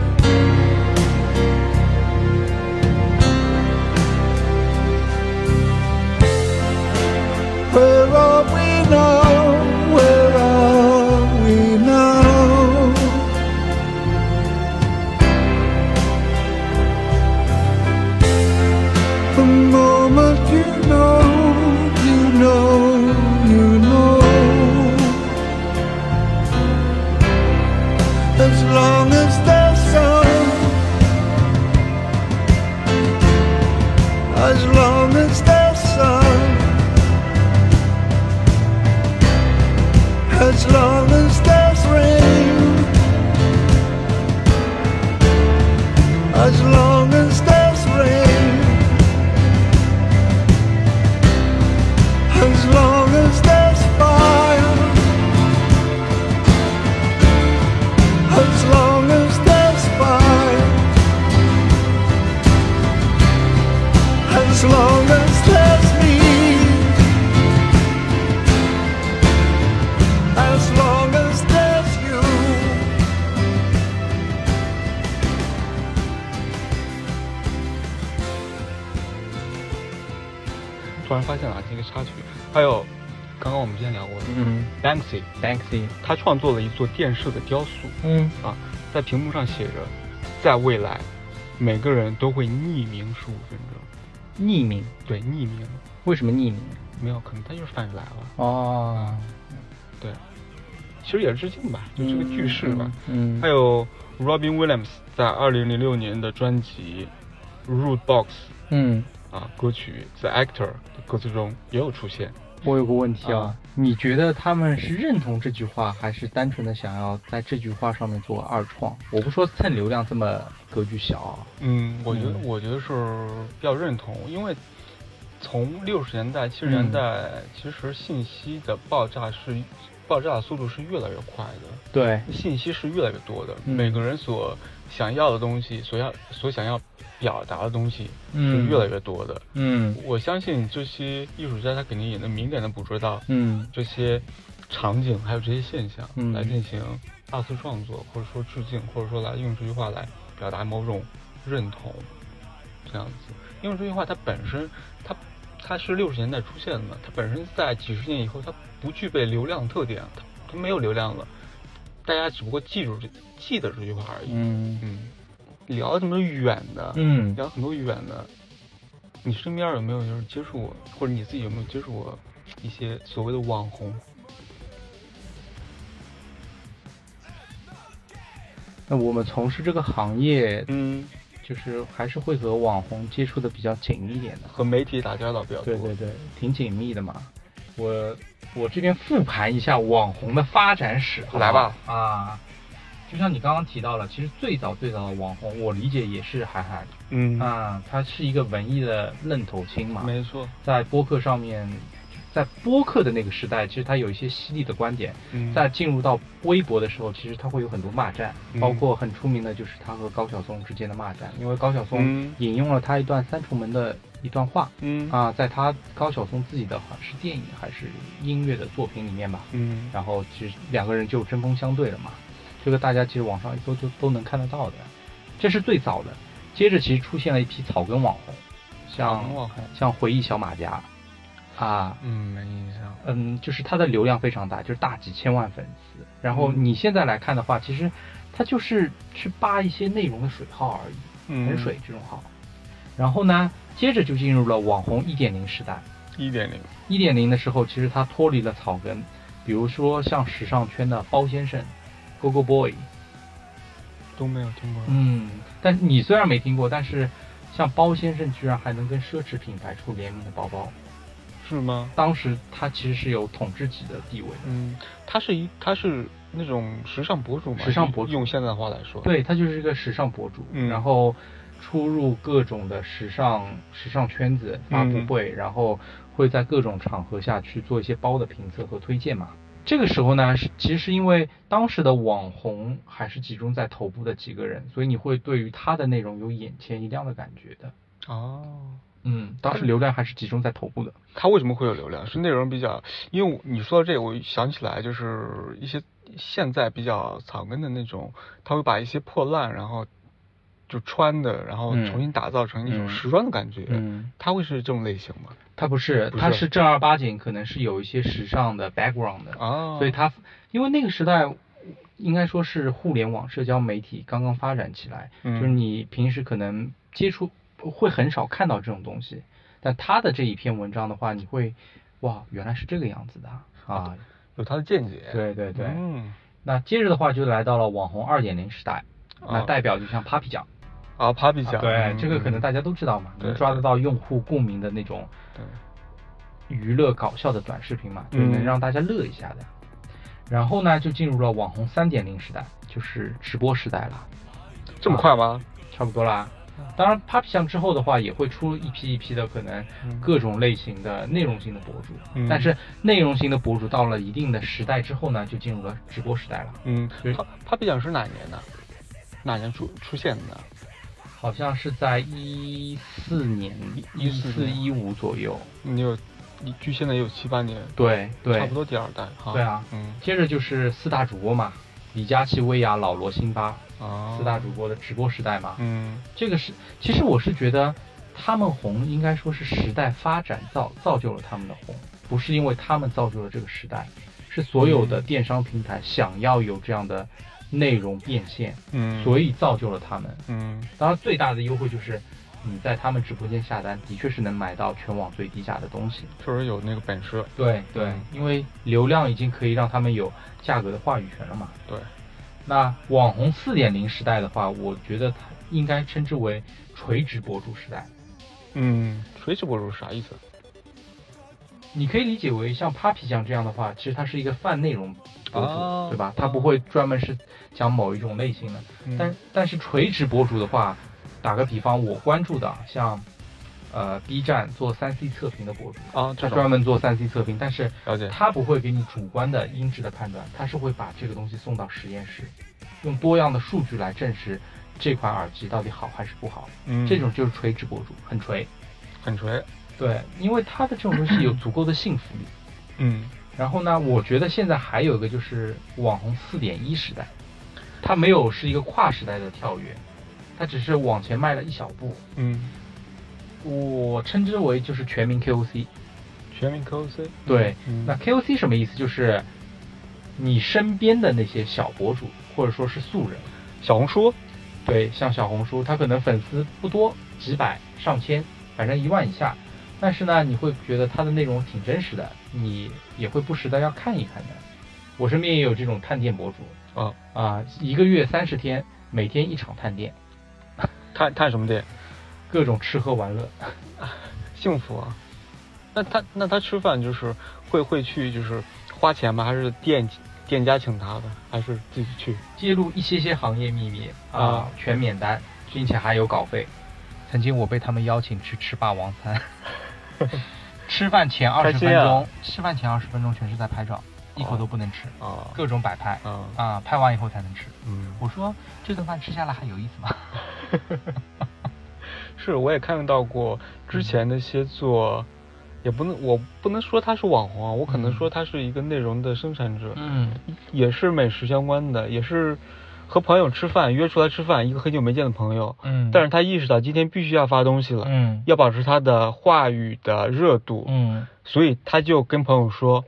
S5: Where are we now? Where are we now? The moment you know, you know, you know. As long as there's sun, as long as there's sun. as long as there's rain. As long as there's rain. As long as there's fire. As long as there's fire. As long as there's me. as long as there's you.
S1: 突然发现了这个插曲，还有刚刚我们之前聊过的
S2: 嗯
S1: Banksy，
S2: Banksy，
S1: 他创作了一座电视的雕塑，
S2: 嗯
S1: 啊，在屏幕上写着，在未来，每个人都会匿名十五分钟。
S2: 匿名，
S1: 对，匿名
S2: 为什么匿名？
S1: 没有可能，他就是翻译来了。
S2: 哦，
S1: 对，其实也是致敬吧，就
S2: 就
S1: 这个
S2: 这个
S1: 句
S2: 句
S1: 式
S2: 式
S1: 吧
S2: 吧。。嗯
S1: 还有 Robin Williams 在2006年的专辑《Rude Box》
S2: 嗯，
S1: 啊歌曲《The Actor》的歌词中也有出现。
S2: 我有个问题
S1: 啊
S2: 啊，你觉得他们是认同这句话，还是单纯的想要在这句话上面做二创？我不说蹭流量这么格局小啊，
S1: 嗯，我觉得
S2: 嗯
S1: 我觉得是比较认同，因为从六十年代、七
S2: 嗯
S1: 十年代，其实信息的爆炸是爆炸的速度是越来越快的，
S2: 对，
S1: 信息是越来越多的，
S2: 嗯
S1: 每个人所想要的东西，所要所想要表达的东西是
S2: 嗯，
S1: 越来越多的。
S2: 嗯
S1: 我相信这些艺术家他肯定也能敏感的捕捉到
S2: 嗯
S1: 这些场景，还有这些现象，
S2: 嗯
S1: 来进行二次创作，或者说致敬，或者说来用这句话来表达某种认同，这样子。因为这句话它本身，它它是六十年代出现的，它本身在几十年以后，它不具备流量特点，它它没有流量了，大家只不过记住这记得这句话而已。
S2: 嗯
S1: 嗯，聊这么远的，
S2: 嗯，
S1: 聊很多远的，你身边有没有就是接触过，或者你自己有没有接触过一些所谓的网红？
S2: 那我们从事这个行业，
S1: 嗯，
S2: 就是还是会和网红接触的比较紧一点的。
S1: 和媒体打交道比较多。
S2: 对对对，挺紧密的嘛。我我这边复盘一下网红的发展史，好不好
S1: 来吧。
S2: 啊，就像你刚刚提到了，其实最早最早的网红，我理解也是韩寒
S1: 嗯，啊
S2: 啊，他是一个文艺的愣头青嘛，
S1: 没错。
S2: 在播客上面，在播客的那个时代，其实他有一些犀利的观点，
S1: 嗯，
S2: 在进入到微博的时候，其实他会有很多骂战，
S1: 嗯
S2: 包括很出名的就是他和高晓松之间的骂战，因为高晓松
S1: 嗯
S2: 引用了他一段三重门的一段话，
S1: 嗯
S2: 啊，在他高晓松自己的好像是电影还是音乐的作品里面吧，
S1: 嗯
S2: 然后其实两个人就针锋相对了嘛，这个大家其实网上一搜就都能看得到的，这是最早的。接着其实出现了一批草根网红，
S1: 草根网
S2: 像
S1: 红
S2: 像回忆小马甲，啊，
S1: 嗯，没印象。
S2: 嗯，就是他的流量非常大，就是大几千万粉丝。然后
S1: 嗯
S2: 你现在来看的话，其实他就是去扒一些内容的水号而已，
S1: 嗯，
S2: 很水这种号。然后呢，接着就进入了网红一点零时代。
S1: 一点零。
S2: 一点零的时候，其实它脱离了草根，比如说像时尚圈的包先生、Go Go Boy，
S1: 都没有听过。
S2: 嗯，但是你虽然没听过，但是像包先生居然还能跟奢侈品牌出联名的包包，
S1: 是吗？
S2: 当时他其实是有统治级的地位的，
S1: 嗯，他是一他是那种时尚博主嘛？
S2: 时尚博主
S1: 用现在的话来说。。
S2: 对他就是一个时尚博主，
S1: 嗯
S2: 然后出入各种的时尚时尚圈子发
S1: 嗯
S2: 布会，然后会在各种场合下去做一些包的评测和推荐嘛。这个时候呢，是其实是因为当时的网红还是集中在头部的几个人，所以你会对于他的内容有眼前一亮的感觉的。
S1: 哦。
S2: 嗯，当时流量还是集中在头部的。
S1: 它为什么会有流量？是内容比较，因为我你说到这个，我想起来就是一些现在比较草根的那种，他会把一些破烂，然后就穿的，然后
S2: 嗯
S1: 重新打造成一种
S2: 嗯
S1: 时装的感觉。
S2: 嗯，
S1: 它会是这种类型吗？
S2: 他不是，
S1: 不是
S2: 他是正儿八经，可能是有一些时尚的 background 的。
S1: 啊，
S2: 所以它因为那个时代，应该说是互联网社交媒体刚刚发展起来，
S1: 嗯
S2: 就是你平时可能接触会很少看到这种东西，但他的这一篇文章的话，你会哇，原来是这个样子的啊啊！
S1: 有它的见解。
S2: 对对对，
S1: 嗯，
S2: 那接着的话就来到了网红二点零时代，那
S1: 啊
S2: 代表就像 Papi 酱，
S1: 啊，Papi 酱，
S2: 对，
S1: 嗯
S2: 这个可能大家都知道嘛，
S1: 对
S2: 能抓得到用户共鸣的那种
S1: 对
S2: 娱乐搞笑的短视频嘛，就
S1: 嗯
S2: 能让大家乐一下的。然后呢，就进入了网红三点零时代，就是直播时代了，
S1: 这么快吗？
S2: 差不多啦。当然，Papi 酱之后的话，也会出一批一批的可能
S1: 嗯
S2: 各种类型的内容型的博主，
S1: 嗯
S2: 但是内容型的博主到了一定的时代之后呢，就进入了直播时代了。
S1: 嗯
S2: 对
S1: ，Pa-，Papi 酱是哪年的？哪年出出现的？
S2: 好像是在一四年、一
S1: 14
S2: 四
S1: 年
S2: 一五左右，
S1: 你有，你距现在也有七八年，
S2: 对对，
S1: 差不多第二代哈。
S2: 对啊
S1: 嗯
S2: 接着就是四大主播嘛，李佳琦、薇娅、老罗、辛巴，
S1: 啊，
S2: 四大主播的直播时代嘛。
S1: 嗯
S2: 这个是，其实我是觉得他们红，应该说是时代发展造造就了他们的红，不是因为他们造就了这个时代，是所有的电商平台想要有这样的内容变现，
S1: 嗯，
S2: 所以造就了他们。
S1: 嗯
S2: 当然，最大的优惠就是你在他们直播间下单，的确是能买到全网最低价的东西。
S1: 确实有那个本事，
S2: 对对，因为流量已经可以让他们有价格的话语权了嘛。
S1: 对，
S2: 那网红四点零时代的话，我觉得它应该称之为垂直博主时代。
S1: 嗯，垂直博主是啥意思？
S2: 你可以理解为像 Papi 酱这样的话，其实它是一个泛内容博主，
S1: 哦
S2: 对吧？它不会专门是讲某一种类型
S1: 嗯
S2: 啊的。但但是垂直博主的话，打个比方，我关注的像呃 B 站做三 C 测评的博主，
S1: 啊，
S2: 他
S1: 这
S2: 专
S1: 种
S2: 门做三 C 测评，但是
S1: 了解
S2: 他不会给你主观的音质的判断，他是会把这个东西送到实验室，用多样的数据来证实这款耳机到底好还是不好。
S1: 嗯
S2: 这种就是垂直博主，很垂。
S1: 很垂，
S2: 对，因为他的这种东西有足够的信服力。
S1: 嗯，
S2: 然后呢，我觉得现在还有一个就是网红四点一时代，它没有是一个跨时代的跳跃，它只是往前迈了一小步。
S1: 嗯，
S2: 我称之为就是全民 KOC。
S1: 全民 KOC，
S2: 对，
S1: 嗯
S2: 那 KOC 什么意思？就是你身边的那些小博主或者说是素人，
S1: 小红书，
S2: 对，像小红书，它可能粉丝不多，几百、上千，反正一万以下。但是呢，你会觉得它的内容挺真实的，你也会不时的要看一看的。我身边也有这种探店博主
S1: 啊
S2: 啊，一个月三十天，每天一场探店，
S1: 探探什么店？
S2: 各种吃喝玩乐。
S1: 幸福啊。那他那他吃饭就是会会去就是花钱吗？还是店店家请他的？还是自己去？
S2: 揭露一些些行业秘密啊
S1: 啊，
S2: 全免单，并且还有稿费。曾经我被他们邀请去吃霸王 餐，吃饭前二
S1: 开
S2: 十
S1: 心
S2: 分
S1: 啊
S2: 钟，吃饭前二十分钟全是在拍照，一口都不能吃，
S1: 啊
S2: 各种摆拍
S1: 啊
S2: 啊，拍完以后才能吃。
S1: 嗯，
S2: 我说这顿饭吃下来还有意思吗？
S1: 是我也看到过之前那些做，也不能我不能说他是网红啊，我可能说他是一个内容的生产者，
S2: 嗯，
S1: 也是美食相关的，也是和朋友吃饭约出来吃饭，一个很久没见的朋友，
S2: 嗯
S1: 但是他意识到今天必须要发东西了，
S2: 嗯
S1: 要保持他的话语的热度，
S2: 嗯
S1: 所以他就跟朋友说：“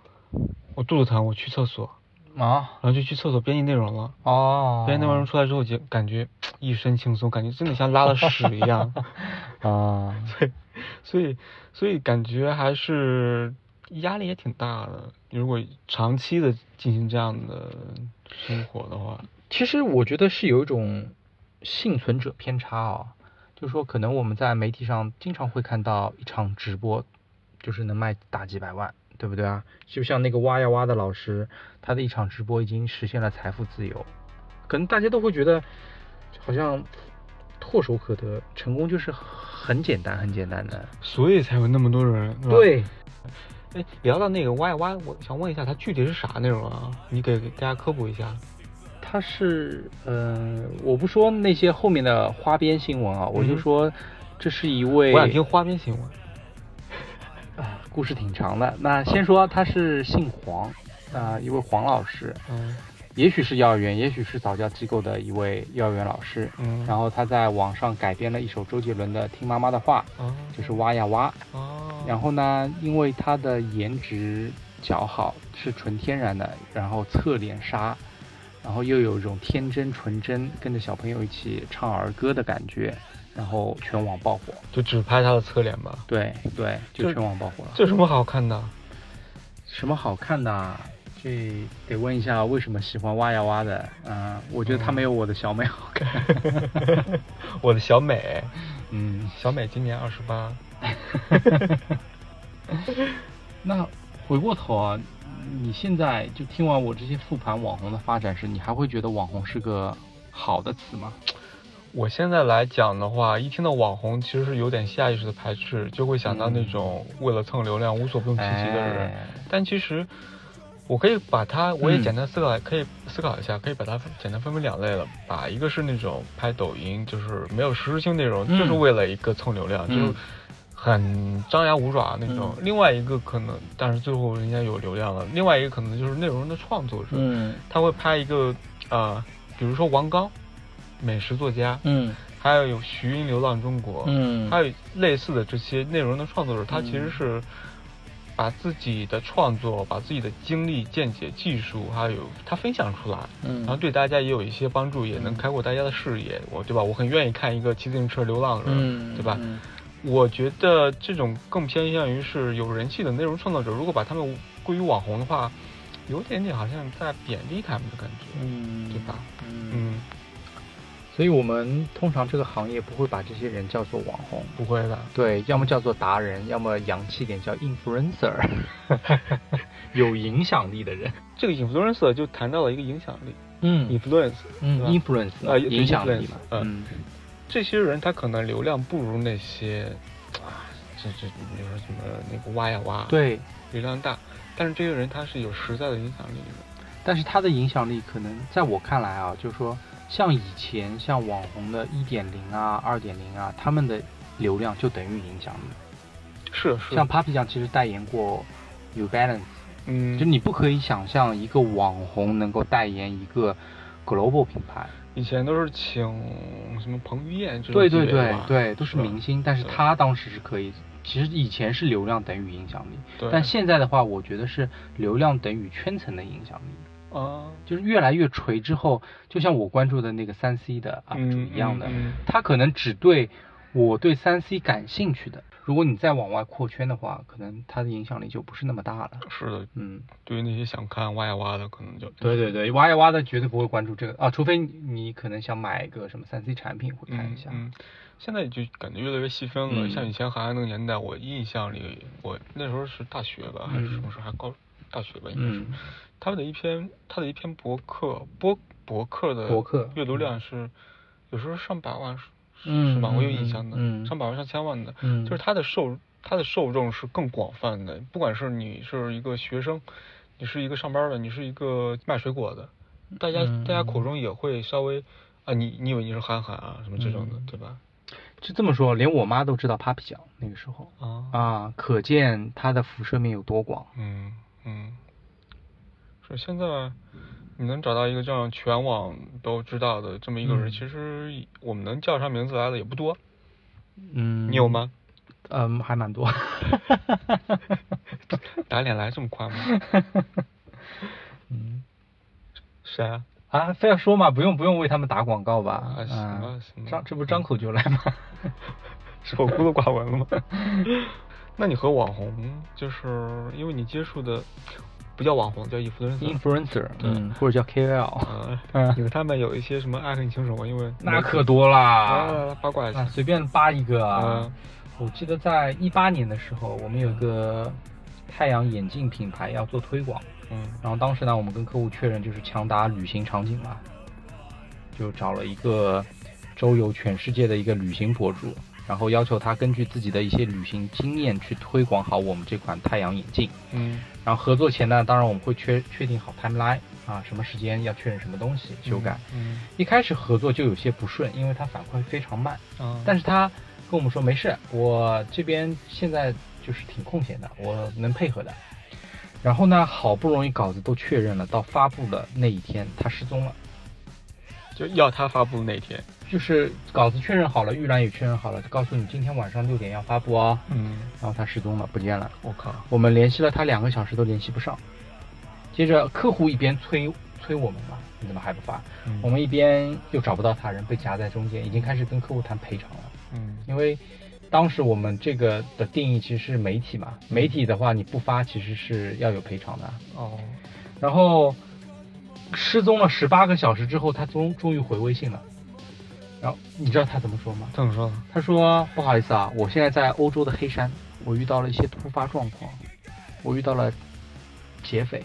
S1: 我肚子疼，我去厕所。
S2: 啊”
S1: 然后就去厕所编辑内容了。
S2: 哦
S1: 编辑内容出来之后，就感觉一身轻松，感觉真的像拉了屎一样。
S2: 啊，
S1: 所以，所以感觉还是压力也挺大的。如果长期的进行这样的生活的话，
S2: 其实我觉得是有一种幸存者偏差哦，就是说可能我们在媒体上经常会看到一场直播，就是能卖大几百万，对不对啊？就像那个挖呀挖的老师，他的一场直播已经实现了财富自由，可能大家都会觉得好像唾手可得，成功就是很简单很简单的。
S1: 所以才有那么多人。是吧，
S2: 对，
S1: 哎，聊到那个 Y Y，我想问一下，它具体是啥内容啊？你给给大家科普一下。
S2: 他是，呃，我不说那些后面的花边新闻啊，我就
S1: 嗯
S2: 说这是一位
S1: 我想听花边新闻。
S2: 啊，故事挺长的。那先说他是姓黄，啊、一位黄老师，
S1: 嗯
S2: 也许是幼儿园，也许是早教机构的一位幼儿园老师。
S1: 嗯
S2: 然后他在网上改编了一首周杰伦的《听妈妈的话
S1: 啊》，
S2: 就是挖呀挖。
S1: 哦，
S2: 然后呢，因为他的颜值姣好，是纯天然的，然后侧脸杀，然后又有一种天真纯真，跟着小朋友一起唱儿歌的感觉，然后全网爆火。
S1: 就只拍他的侧脸吧。
S2: 对对，就
S1: 就
S2: 全网爆火了。
S1: 这有什么好看的？
S2: 什么好看的、啊？这得问一下为什么喜欢挖呀挖的。嗯、我觉得他没有我的小美好看。
S1: 我的小美，
S2: 嗯，
S1: 小美今年二十八，
S2: 那回过头啊，你现在就听完我这些复盘网红的发展时，你还会觉得网红是个好的词吗？
S1: 我现在来讲的话，一听到网红，其实是有点下意识的排斥，就会想到那种为了蹭流量无所不用其极的人。
S2: 嗯哎
S1: 但其实，我可以把它，我也
S2: 嗯
S1: 简单思考，可以思考一下，可以把它分简单分为两类了吧。一个是那种拍抖音，就是没有实质性内容，
S2: 嗯
S1: 就是为了一个蹭流量，
S2: 嗯
S1: 就是很张牙舞爪那种。另外一个可能，但是最后人家有流量了。另外一个可能就是内容的创作者，
S2: 嗯
S1: 他会拍一个呃，比如说王刚，美食作家，
S2: 嗯
S1: 还有有徐英流浪中国，
S2: 嗯
S1: 还有类似的这些内容的创作者，他其实是把自己的创作、把自己的经历、见解、技术，还有他分享出来，然后
S2: 嗯
S1: 对大家也有一些帮助，也能开阔大家的视野，我对吧？我很愿意看一个骑自行车流浪的人，
S2: 嗯，
S1: 对吧？
S2: 嗯
S1: 我觉得这种更偏向于是有人气的内容创作者，如果把他们归于网红的话，有点点好像在贬低他们的感觉，
S2: 嗯，
S1: 对吧？
S2: 嗯，
S1: 嗯，
S2: 所以我们通常这个行业不会把这些人叫做网红。
S1: 不会的，
S2: 对，要么叫做达人，要么洋气点叫 influencer，有影响力的人。
S1: 这个 influencer 就谈到了一个影响力
S2: 嗯
S1: ，influence，
S2: 嗯
S1: 对吧
S2: ，influence 嘛嗯
S1: 啊
S2: 影响力
S1: influence，
S2: 嘛。
S1: 嗯
S2: 嗯
S1: 这些人他可能流量不如那些啊这这比如说什么那个挖呀挖，，
S2: 对，
S1: 流量大，但是这些人他是有实在的影响力的，
S2: 但是它的影响力可能在我看来啊，就是说像以前像网红的一点零啊、二点零啊，他们的流量就等于影响力。
S1: 是是，
S2: 像 Papi 酱其实代言过 New Balance，
S1: 嗯，
S2: 就你不可以想象一个网红能够代言一个 global 品牌。
S1: 以前都是请什么彭于晏这种
S2: 对对
S1: 级别的
S2: 对
S1: 吧
S2: 对，都是
S1: 吧
S2: 明星，但是
S1: 对
S2: 他当时是可以。其实以前是流量等于影响力，
S1: 对
S2: 但现在的话，我觉得是流量等于圈层的影响力。
S1: 啊，
S2: 就是越来越垂之后，就像我关注的那个三 C 的 UP 啊主
S1: 嗯
S2: 一样的，
S1: 嗯嗯
S2: 他可能只对我对三 C 感兴趣的。如果你再往外扩圈的话，可能它的影响力就不是那么大了。
S1: 是的，
S2: 嗯，
S1: 对于那些想看挖呀挖的，可能就
S2: 对对对，挖呀挖的绝对不会关注这个啊，除非你可能想买一个什么三 C 产品会看一下。
S1: 嗯。嗯现在就感觉越来越细分了，
S2: 嗯
S1: 像以前韩寒那个年代，我印象里，我那时候是大学吧，还是什么时候？还高大学吧，应该是。
S2: 嗯
S1: 他的一篇他的一篇博客博博客的
S2: 博客
S1: 阅读量是有时候上百万，是
S2: 嗯
S1: 是吧？我有
S2: 嗯
S1: 印象的，
S2: 嗯
S1: 上百万上千万的，
S2: 嗯
S1: 就是他的受他的受众是更广泛的，不管是你是一个学生，你是一个上班的，你是一个卖水果的，大家、
S2: 嗯
S1: 大家口中也会稍微啊，你你以为你是憨憨啊什么这
S2: 嗯
S1: 种的，对吧？
S2: 就这么说，连我妈都知道 Papi 酱那个时候
S1: 啊
S2: 啊，可见它的辐射面有多广。
S1: 嗯，嗯，是现在你能找到一个这样全网都知道的这么一个人，其实我们能叫上名字来的也不多，
S2: 嗯，
S1: 你有？ 吗？
S2: 嗯，还蛮 多。
S1: 打脸来这么快 吗？
S2: 嗯
S1: 谁啊？
S2: 啊，非要说嘛，不用不用为他们打广告吧？
S1: 啊行吧行吧
S2: 张这不张口就来吗？
S1: 是我孤陋寡闻了吗？ 那你和网红，就是因为你接触的不叫网红，叫 influencer，
S2: influencer，
S1: 对
S2: 嗯，或者叫 KOL，
S1: 啊，
S2: 嗯
S1: 你和他们有一些什么爱恨情仇吗？因为
S2: 那可多啦
S1: 啊，来来来八卦一
S2: 啊，
S1: 下，
S2: 随便扒一个啊
S1: 嗯。
S2: 我记得在一八年的时候，我们有个太阳眼镜品牌要做推广，
S1: 嗯
S2: 然后当时呢，我们跟客户确认就是强打旅行场景嘛，就找了一个周游全世界的一个旅行博主，然后要求他根据自己的一些旅行经验去推广好我们这款太阳眼镜。
S1: 嗯
S2: 然后合作前呢，当然我们会确确定好 timeline 啊，什么时间要确认什么东西修改。
S1: 嗯
S2: 一开始合作就有些不顺，因为他反馈非常慢，
S1: 啊，
S2: 但是他跟我们说没事，我这边现在就是挺空闲的，我能配合的。然后呢，好不容易稿子都确认了，到发布的那一天他失踪了，
S1: 就要他发布那天，
S2: 就是稿子确认好了，预览也确认好了，就告诉你今天晚上六点要发布哦，
S1: 嗯，
S2: 然后他失踪了，不见了。
S1: 我靠，
S2: 我们联系了他两个小时都联系不上。接着客户一边催催我们嘛，你怎么还不发？
S1: 嗯
S2: 我们一边又找不到他人，被夹在中间，已经开始跟客户谈赔偿了。
S1: 嗯
S2: 因为当时我们这个的定义其实是媒体嘛，
S1: 嗯
S2: 媒体的话你不发其实是要有赔偿的。
S1: 哦。
S2: 然后失踪了十八个小时之后，他终终于回微信了。然后你知道他怎么说吗？
S1: 怎么说呢？
S2: 他说：“不好意思啊，我现在在欧洲的黑山，我遇到了一些突发状况，我遇到了劫匪，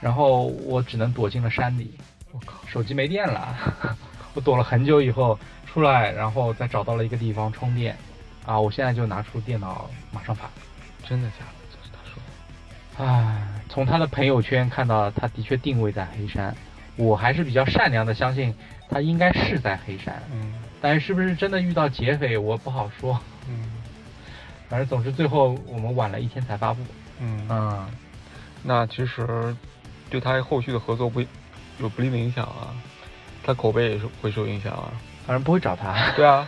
S2: 然后我只能躲进了山里。
S1: 我靠！
S2: 手机没电了， 我躲了很久以后出来，然后再找到了一个地方充电。啊，我现在就拿出电脑，马上发。
S1: 真的假的？这是他说的。
S2: 唉，从他的朋友圈看到，他的确定位在黑山。我还是比较善良的，相信他应该是在黑山，
S1: 嗯
S2: 但是是不是真的遇到劫匪，我不好说。”
S1: 嗯
S2: 反正总之最后我们晚了一天才发布。
S1: 嗯。
S2: 嗯，
S1: 那其实对他后续的合作不有不利的影响啊，他口碑也是会受影响啊。
S2: 反正不会找 他。
S1: 对啊，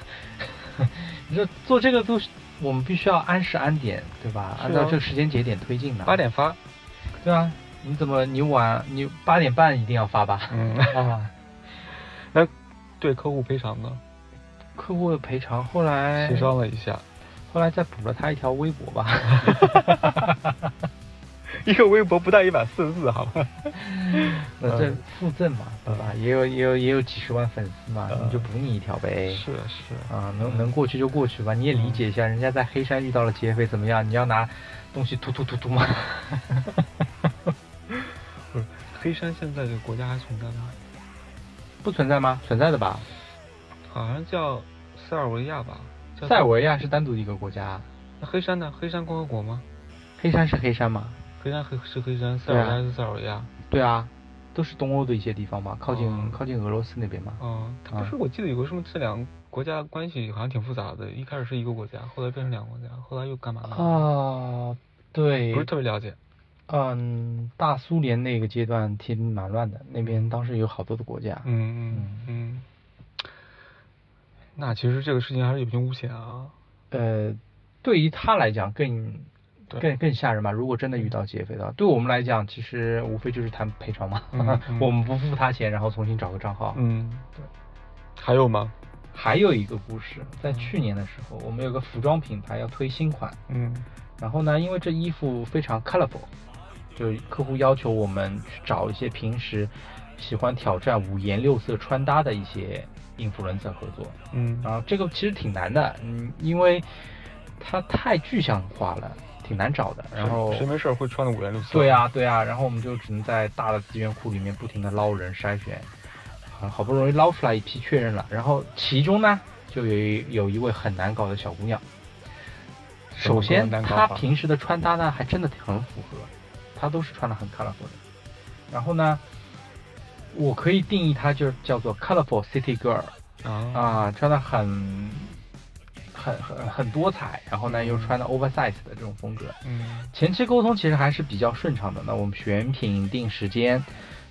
S2: 你说做这个都是，我们必须要按时按点，对吧？
S1: 是啊
S2: 按照这个时间节点推进的。
S1: 八。点发。
S2: 对啊，你怎么你晚你八点半一定要发 吧？
S1: 嗯。
S2: 啊，
S1: 对客户赔偿呢，
S2: 客户的赔偿后来
S1: 协商了一下，
S2: 后来再补了他一条微博吧。
S1: 一个微博不到一百四十四，好吧？嗯
S2: 那呃这附赠嘛，对吧？也有也有也有几十万粉丝嘛，
S1: 嗯
S2: 你就补你一条呗。
S1: 是嗯是。
S2: 啊，能能过去就过去吧，你也理解一下，人家在黑山遇到了劫匪怎么样？你要拿东西突突突突 吗？
S1: 不是黑山现在这个国家还存在吗？
S2: 不存在吗？存在的吧？
S1: 好像叫塞尔维亚吧？叫
S2: 塞尔维亚是单独一个国家，
S1: 那黑山呢？黑山共和国吗？
S2: 黑山是黑山吗？
S1: 黑山黑是黑山，塞
S2: 对啊
S1: 尔维亚是塞尔维亚。
S2: 对啊，都是东欧的一些地方嘛，靠近、
S1: 嗯
S2: 靠近俄罗斯那边嘛。
S1: 嗯，它不
S2: 啊
S1: 是，我记得有个什么这两个国家关系好像挺复杂的，一开始是一个国家，后来变成两个国家，后来又干嘛
S2: 啊、
S1: 了？
S2: 对
S1: 不，是特别了解。
S2: 嗯，大苏联那个阶段挺蛮乱的，那边当时有好多的国家。
S1: 嗯嗯嗯。那其实这个事情还是有惊无险啊。
S2: 呃，对于他来讲更
S1: 对
S2: 更更吓人吧。如果真的遇到劫匪的话，对我们来讲，其实无非就是谈赔偿嘛。
S1: 嗯嗯
S2: 我们不付他钱，然后重新找个账号。
S1: 嗯，
S2: 对。
S1: 还有吗？
S2: 还有一个故事，在去年的时候，我们有个服装品牌要推新款，
S1: 嗯
S2: 然后呢，因为这衣服非常 colorful，就是客户要求我们去找一些平时喜欢挑战五颜六色穿搭的一些 influencer 合作。
S1: 嗯
S2: 然后这个其实挺难的，嗯，因为它太具象化了，挺难找的。然后
S1: 谁谁没事儿会穿的五颜六色？
S2: 对，啊，对啊，然后我们就只能在大的资源库里面不停的捞人筛选，啊好好不容易捞出来一批确认了，然后其中呢，就有一有一位很难搞的小姑娘。
S1: 怎么
S2: 首
S1: 个
S2: 先，
S1: 难搞
S2: 她
S1: 法
S2: 平时的穿搭呢，还真的很符合，她都是穿的很 colorful 的。然后呢，我可以定义她就是叫做 colorful city girl，
S1: 啊
S2: 啊，穿的很很很很多彩，然后呢又穿的 oversize 的这种风格。
S1: 嗯
S2: 前期沟通其实还是比较顺畅的，那我们选品定时间，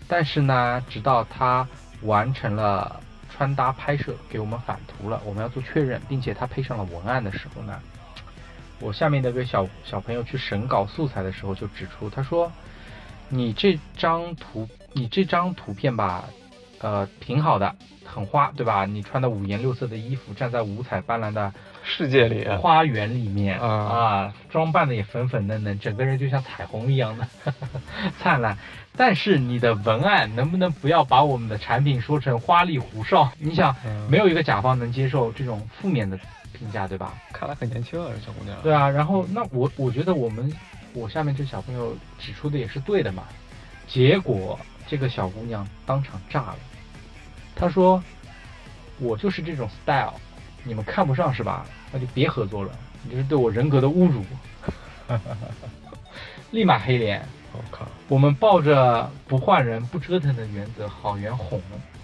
S2: 但是呢，直到他完成了穿搭拍摄，给我们返图了，我们要做确认，并且他配上了文案的时候呢，我下面的一个小小朋友去审稿素材的时候就指出，他说：“你这张图，你这张图片吧，呃，挺好的，很花，对吧？你穿的五颜六色的衣服，站在五彩斑斓的
S1: 世界里
S2: 花园里面
S1: 嗯啊
S2: 啊，装扮的也粉粉嫩嫩，整个人就像彩虹一样的 灿烂。但是你的文案能不能不要把我们的产品说成花里胡哨？你想，
S1: 嗯
S2: 没有一个甲方能接受这种负面的评价，对吧？
S1: 看来很年轻啊，这小姑娘。
S2: 对啊，然
S1: 嗯
S2: 后那我我觉得我们我下面这小朋友指出的也是对的嘛，结果这个小姑娘当场炸了，她说我就是这种 style，你们看不上是吧？那就别合作了，你这是对我人格的侮辱， 立马黑脸。
S1: 我靠，
S2: 我们抱着不换人不折腾的原则，好言哄，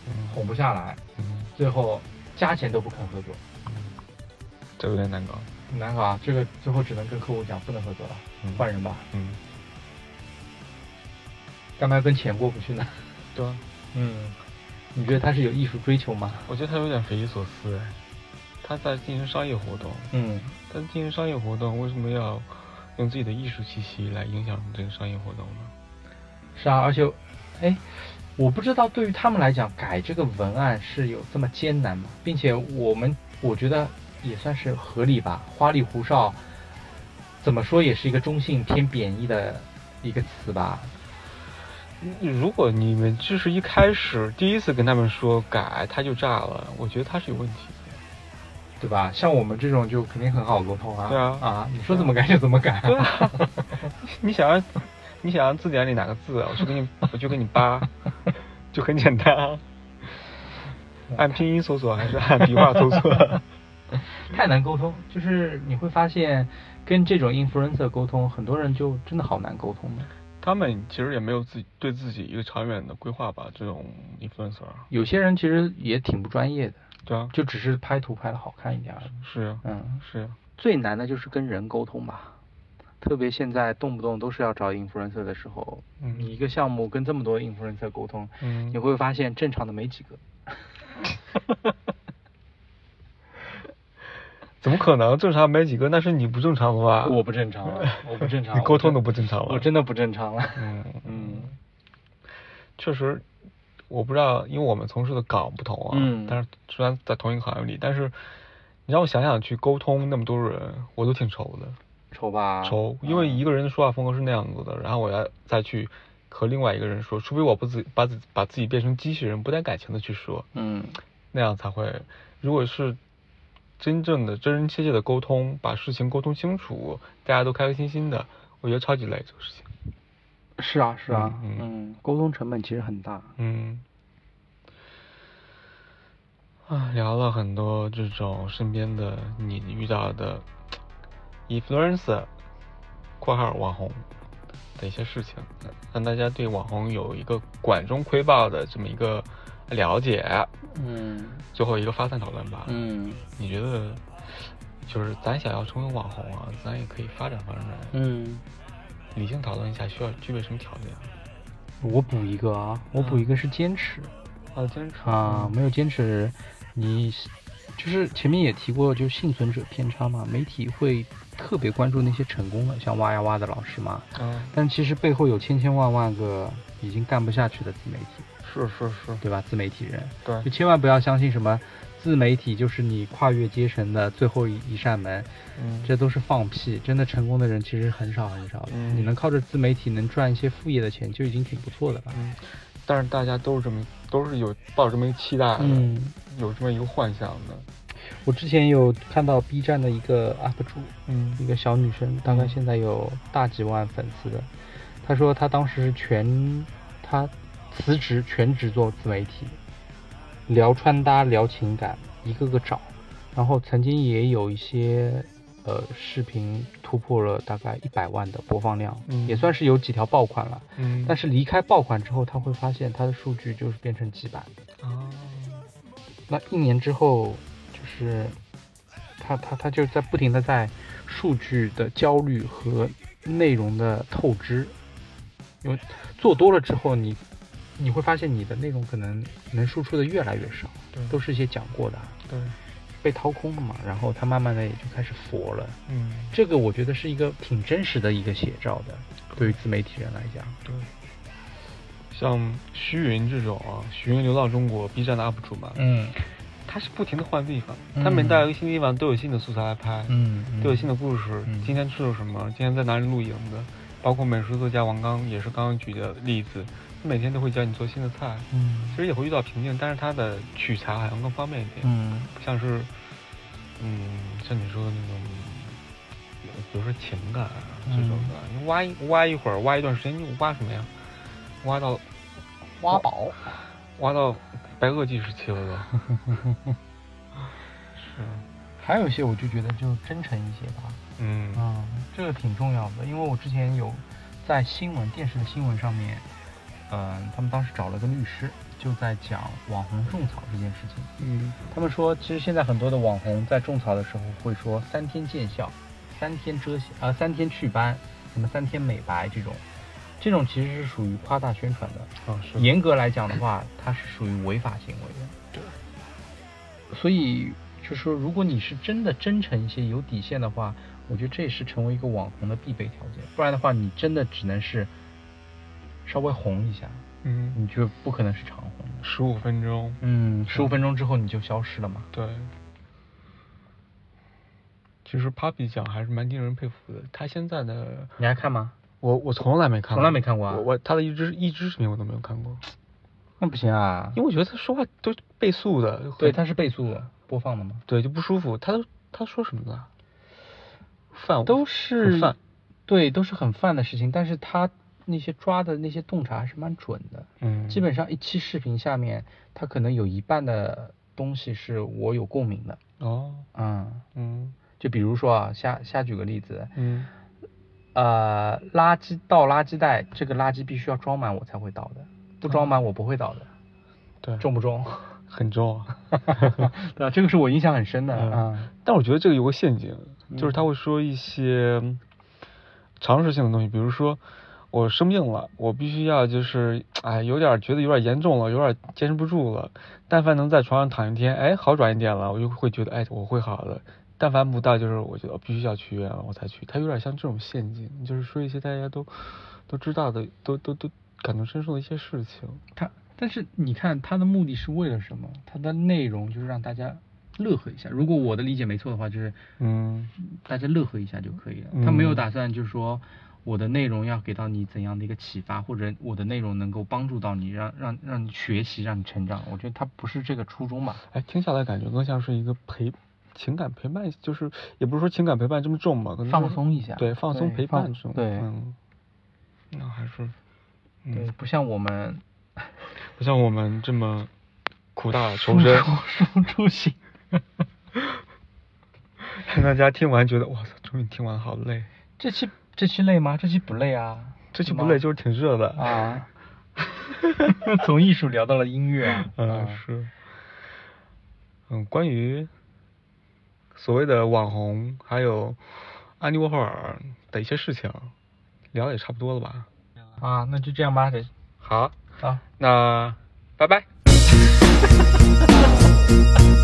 S1: 嗯
S2: 哄不下来，
S1: 嗯，
S2: 最后加钱都不肯合作，
S1: 这有点难搞。
S2: 很难搞啊！这个最后只能跟客户讲不能合作了，
S1: 嗯
S2: 换人吧。
S1: 嗯，
S2: 干嘛要跟钱过不去呢？
S1: 对啊，
S2: 嗯，你觉得他是有艺术追求吗？
S1: 我觉得她有点匪夷所思哎，她在进行商业活动，
S2: 嗯，
S1: 但进行商业活动为什么要用自己的艺术气息来影响这个商业活动呢？
S2: 是啊，而且，哎，我不知道对于他们来讲，改这个文案是有这么艰难吗？并且我们我觉得也算是合理吧，花里胡哨，怎么说也是一个中性偏贬义的一个词吧。
S1: 如果你们就是一开始第一次跟他们说改，他就炸了，我觉得他是有问题的。
S2: 对吧？像我们这种就肯定很好沟通啊。
S1: 对啊
S2: 你说怎么改就怎么改。
S1: 对啊，你想让你想让字典里哪个字，啊我就给你我就给你扒，就很简单啊。按拼音搜索还是按笔画搜索？
S2: 太难沟通，就是你会发现跟这种 influencer 沟通，很多人就真的好难沟通的。
S1: 他们其实也没有自己对自己一个长远的规划吧，这种 influencer。
S2: 有些人其实也挺不专业的，
S1: 对啊，
S2: 就只是拍图拍的好看一点而已。
S1: 是啊，
S2: 嗯，
S1: 是啊，
S2: 最难的就是跟人沟通吧，特别现在动不动都是要找 influencer 的时候，你
S1: 嗯
S2: 一个项目跟这么多 influencer 沟通，
S1: 嗯
S2: 你，会发现正常的没 几个。
S1: 怎么可能正常没几个？那是你不正常吧？
S2: 我不正常了，我不正常，
S1: 你沟通
S2: 我
S1: 都不正常了。
S2: 真我真的不正常了。
S1: 嗯
S2: 嗯，
S1: 确实，我不知道，因为我们从事的岗不同啊，
S2: 嗯
S1: 但是虽然在同一个行业里，但是你让我想想去沟通那么多人，我都挺愁的，
S2: 丑吧，
S1: 愁，因为一个人的说话风格是那样子的，然后我要再去和另外一个人说，除非我不自己把自把自己变成机器人，不带感情的去说，
S2: 嗯
S1: 那样才会，如果是。真正的真真切切的沟通，把事情沟通清楚，大家都开开心心的，我觉得超级累这个事情。
S2: 是啊，是啊，
S1: 嗯
S2: 嗯，沟通成本其实很大。
S1: 嗯，啊，聊了很多这种身边的你遇到的 influencer（ 括号网红）的一些事情，让大家对网红有一个管中窥豹的这么一个了解。
S2: 嗯
S1: 最后一个发散讨论吧。，
S2: 嗯
S1: 你觉得就是咱想要成为网红啊，咱也可以发展发展。
S2: 嗯，
S1: 理性讨论一下，需要具备什么条件？
S2: 我补一个啊，我补一个是坚持
S1: 啊，坚持
S2: 啊，没有坚持，你就是前面也提过，就是幸存者偏差嘛，媒体会特别关注那些成功的，像挖呀挖的老师嘛，
S1: 啊，
S2: 但其实背后有千千万万个已经干不下去的自媒体。
S1: 是是是，
S2: 对吧？自媒体人，
S1: 对
S2: 就千万不要相信什么自媒体就是你跨越阶层的最后一一扇门，
S1: 嗯
S2: 这都是放屁。真的成功的人其实很少很少的，
S1: 嗯
S2: 你能靠着自媒体能赚一些副业的钱就已经挺不错的了。
S1: 嗯，但是大家都是这么，都是有抱着这么一个期待的，
S2: 嗯，
S1: 有这么一个幻想的，
S2: 我之前有看到 B 站的一个 UP 主，
S1: 嗯
S2: 一个小女生，大概现在有大几万粉丝的，她说她当时是全，她辞职全职做自媒体，聊穿搭聊情感，一个个找，然后曾经也有一些呃视频突破了大概一百万的播放量，
S1: 嗯
S2: 也算是有几条爆款了。
S1: 嗯
S2: 但是离开爆款之后，她会发现她的数据就是变成几百，
S1: 啊，
S2: 那一年之后，就是他他他就在不停的在数据的焦虑和内容的透支，因为做多了之后你，你会发现你的内容可能能输出的越来越少，
S1: 对
S2: 都是一些讲过的，
S1: 对，
S2: 被掏空了嘛，然后他慢慢的也就开始佛了。
S1: 嗯
S2: 这个我觉得是一个挺真实的一个写照的，对于自媒体人来讲，
S1: 对。像徐云这种啊，徐云流浪中国 B 站的 UP 主嘛，
S2: 嗯
S1: 他是不停的换地方，
S2: 嗯
S1: 他每到一个新地方都有新的素材来拍，
S2: 嗯
S1: 都有新的故事。
S2: 嗯
S1: 今天吃了什么？今天在哪里露营的？包括美食作家王刚也是刚刚举的例子，他每天都会教你做新的菜。
S2: 嗯
S1: 其实也会遇到瓶颈，但是他的取材好像更方便一点，
S2: 嗯
S1: 不像是，嗯，像你说的那种，比如说情感啊这种的，你挖一挖一会儿，挖一段时间，你挖什么呀？挖到
S2: 挖宝，
S1: 挖到白垩纪时期了都。是，
S2: 还有一些我就觉得就真诚一些吧，
S1: 嗯
S2: 嗯，这个挺重要的，因为我之前有在新闻电视的新闻上面，嗯、他们当时找了个律师，就在讲网红种草这件事情。
S1: 嗯
S2: 他们说，其实现在很多的网红在种草的时候会说三天见效，三天遮瑕，呃，三天祛斑，什么三天美白这种，这种其实是属于夸大宣传的。
S1: 啊是，
S2: 严格来讲的话，它是属于违法行为的。对，所以就是说，如果你是真的真诚一些、有底线的话，我觉得这也是成为一个网红的必备条件。不然的话，你真的只能是稍微红一下，
S1: 嗯，
S2: 你就不可能是长红的。
S1: 十五分钟，
S2: 嗯，十五分钟之后你就消失了嘛。
S1: 对。其实 Papi 讲还是蛮令人佩服的，他现在的
S2: 你还看吗？
S1: 我我从来没看过，
S2: 从来没看过啊
S1: 我我他的一支一支视频我都没有看过，
S2: 那不行啊，
S1: 因为我觉得他说话都是倍速的，很
S2: 对，它是倍速播放的嘛。
S1: 对就不舒服。他都他说什么的？啊犯
S2: 都
S1: 很
S2: 是
S1: 犯，
S2: 对，都是很泛的事情，但是他那些抓的那些洞察还是蛮准的。
S1: 嗯，
S2: 基本上一期视频下面，它可能有一半的东西是我有共鸣的。
S1: 哦，
S2: 嗯，
S1: 嗯
S2: 就比如说啊，下下举个例子，
S1: 嗯
S2: 呃，垃圾倒垃圾袋，这个垃圾必须要装满我才会倒的，不装满我不会倒的，
S1: 对，
S2: 重不重？
S1: 很重啊。
S2: 对啊，这个是我印象很深的啊。
S1: 但我觉得这个有个陷阱，就是他会说一些常识性的东西，比如说我生病了，我必须要就是哎，有点觉得有点严重了，有点坚持不住了。但凡能在床上躺一天，哎，好转一点了，我就会觉得哎，我会好的。但凡不到，就是我觉得我必须要去医院了，我才去。他有点像这种陷阱，就是说一些大家都都知道的，都都都感同身受的一些事情。
S2: 它，但是你看它的目的是为了什么？它的内容就是让大家乐呵一下。如果我的理解没错的话，就是
S1: 嗯
S2: 大家乐呵一下就可以了。
S1: 嗯
S2: 他没有打算就是说我的内容要给到你怎样的一个启发，或者我的内容能够帮助到你，让让让你学习，让你成长。我觉得他不是这个初衷吧。
S1: 哎，听下来感觉更像是一个陪情感陪伴，就是也不是说情感陪伴这么重吧，可能
S2: 放
S1: 就是
S2: 松一下
S1: 嗯对，放松
S2: 对
S1: 陪
S2: 放
S1: 伴这种，
S2: 对
S1: 嗯，那还是，
S2: 对
S1: 嗯，，
S2: 不像我们，
S1: 不像我们这么苦 大仇深。
S3: 输出型，
S1: 让大家听完觉得，哇塞，终于听完好累。
S2: 这期这期累吗？这期不累啊。
S1: 这期
S2: 是吗
S1: 不累，就是挺热的。
S2: 啊，
S3: 从艺术聊到了音乐啊，
S1: 嗯，是。嗯，关于所谓的网红，还有安妮沃霍尔的一些事情，聊的也差不多了吧？
S2: 啊，那就这样吧，这
S1: 好，
S2: 啊，
S1: 那拜拜。
S5: Oh, Oh,